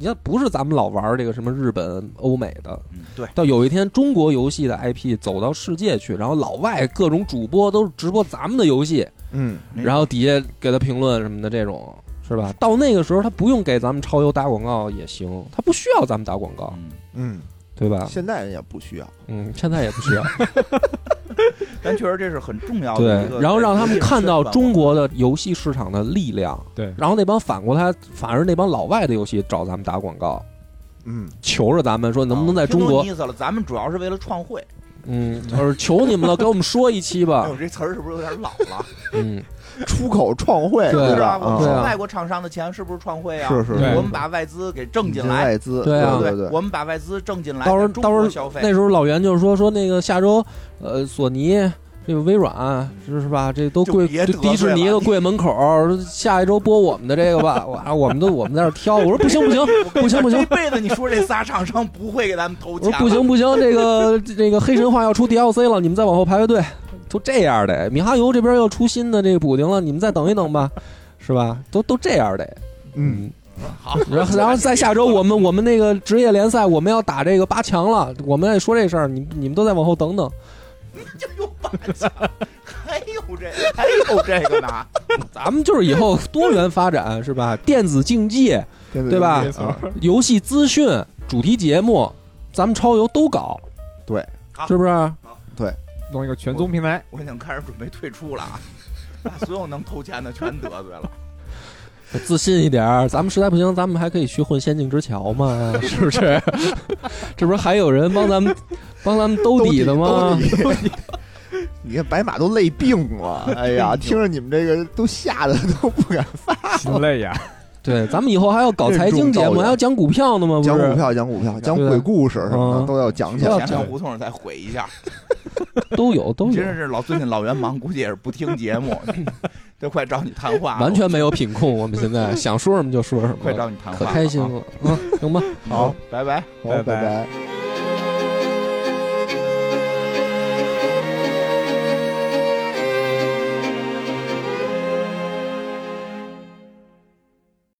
[SPEAKER 2] 你看，不是咱们老玩儿这个什么日本、欧美的，
[SPEAKER 3] 嗯对，
[SPEAKER 2] 到有一天中国游戏的 IP 走到世界去，然后老外各种主播都是直播咱们的游戏，
[SPEAKER 4] 嗯，
[SPEAKER 3] 没错
[SPEAKER 2] 然后底下给他评论什么的，这种是吧？到那个时候，他不用给咱们超游打广告也行，他不需要咱们打广告，
[SPEAKER 3] 嗯，
[SPEAKER 4] 嗯，
[SPEAKER 2] 对吧？
[SPEAKER 4] 现在人也不需要。
[SPEAKER 2] 嗯，现在也不 需要。
[SPEAKER 3] 但确实这是很重要的一
[SPEAKER 2] 对
[SPEAKER 3] 个。，
[SPEAKER 2] 然后让他们看到中
[SPEAKER 3] 啊
[SPEAKER 2] 国的游戏市场的力量。
[SPEAKER 1] 对
[SPEAKER 2] 然后那帮反过来，反而那帮老外的游戏找咱们打广告，
[SPEAKER 4] 嗯，
[SPEAKER 2] 求着咱们说能不能在中
[SPEAKER 3] 啊听懂
[SPEAKER 2] 国
[SPEAKER 3] 你，意思了，咱们主要是为了创汇。
[SPEAKER 2] 嗯，就是求你们了，给我们说一期
[SPEAKER 3] 哎
[SPEAKER 2] 吧
[SPEAKER 3] 呦，。这词儿是不是有点老了？
[SPEAKER 2] 嗯，
[SPEAKER 4] 出口创汇
[SPEAKER 2] 对
[SPEAKER 3] 是吧？
[SPEAKER 4] 吧？
[SPEAKER 3] 我
[SPEAKER 4] 啊
[SPEAKER 3] 们
[SPEAKER 2] 对
[SPEAKER 3] 收
[SPEAKER 2] 啊
[SPEAKER 3] 外国厂商的钱是不是创汇啊？
[SPEAKER 4] 是是，
[SPEAKER 1] 对
[SPEAKER 3] 我们把外资给挣进来，
[SPEAKER 4] 外资，
[SPEAKER 2] 对啊
[SPEAKER 4] 对
[SPEAKER 3] 对
[SPEAKER 4] 对，
[SPEAKER 3] 我们把外资挣进来，
[SPEAKER 2] 到时候
[SPEAKER 3] 在中
[SPEAKER 2] 到时
[SPEAKER 3] 国
[SPEAKER 2] 候
[SPEAKER 3] 消费
[SPEAKER 2] 那时候老袁就说说那个下周，呃，索尼这个微软是吧？这都跪，
[SPEAKER 3] 嗯就别
[SPEAKER 2] 这
[SPEAKER 3] 得罪
[SPEAKER 2] 迪士尼都跪门口，下一周播我们的这个吧。哇，我们都我们在这儿挑，我说不行不行不行不
[SPEAKER 3] 这
[SPEAKER 2] 行，
[SPEAKER 3] 辈子你说这仨厂商不会给咱们投
[SPEAKER 2] 我说
[SPEAKER 3] 钱，
[SPEAKER 2] 不行不行，这个这个黑神话要出 DLC 了，你们再往后排排队，都这样的。米哈游这边要出新的这个补丁了，你们再等一等吧，是吧？都都这样的。
[SPEAKER 4] 嗯，
[SPEAKER 3] 好，
[SPEAKER 2] 然后，然后在下周我们我们那个职业联赛我们要打这个八强了，我们也说这事儿，你你们都再往后 等等。
[SPEAKER 3] 这有八强， 还有这还有这个呢，
[SPEAKER 2] 咱们就是以后多元发展是吧？电子 竞技、
[SPEAKER 4] 电子
[SPEAKER 2] 对吧
[SPEAKER 4] 竞技啊
[SPEAKER 2] 游戏资讯、主题节目，咱们超游都搞，
[SPEAKER 4] 对，
[SPEAKER 3] 好
[SPEAKER 2] 是不是？
[SPEAKER 1] 弄一个全综平 台，
[SPEAKER 3] 我已经开始准备退出了啊，把所有能投钱的全得罪了。
[SPEAKER 2] 自信一点儿，咱们实在不行，咱们还可以去混《仙境之桥》嘛，是不是？这不是还有人帮咱们帮咱们兜底的吗？
[SPEAKER 4] 兜 底？你看白马都累病了，哎呀，听着你们这个都吓得都不敢
[SPEAKER 1] 心累呀。
[SPEAKER 2] 对，咱们以后还要搞财经节
[SPEAKER 4] 任重道
[SPEAKER 2] 目，
[SPEAKER 4] 远
[SPEAKER 2] 还要讲股票呢吗？不是
[SPEAKER 4] 讲股票，讲股票，讲鬼故事什么
[SPEAKER 2] 嗯
[SPEAKER 4] 的都要讲起
[SPEAKER 2] 要
[SPEAKER 4] 来。
[SPEAKER 3] 前面胡同再毁一下，
[SPEAKER 2] 都有都
[SPEAKER 3] 真
[SPEAKER 2] 有，
[SPEAKER 3] 是老最近老袁忙，估计也是不听节 目，都快找你谈话了，
[SPEAKER 2] 完全没有品控。我们现在想说什么就说什么，
[SPEAKER 3] 快找你谈话
[SPEAKER 2] 可
[SPEAKER 3] 了，
[SPEAKER 2] 开心
[SPEAKER 3] 啊
[SPEAKER 2] 了，嗯，行吧。
[SPEAKER 3] 好，拜拜。
[SPEAKER 4] 好，
[SPEAKER 1] 拜拜
[SPEAKER 4] 拜。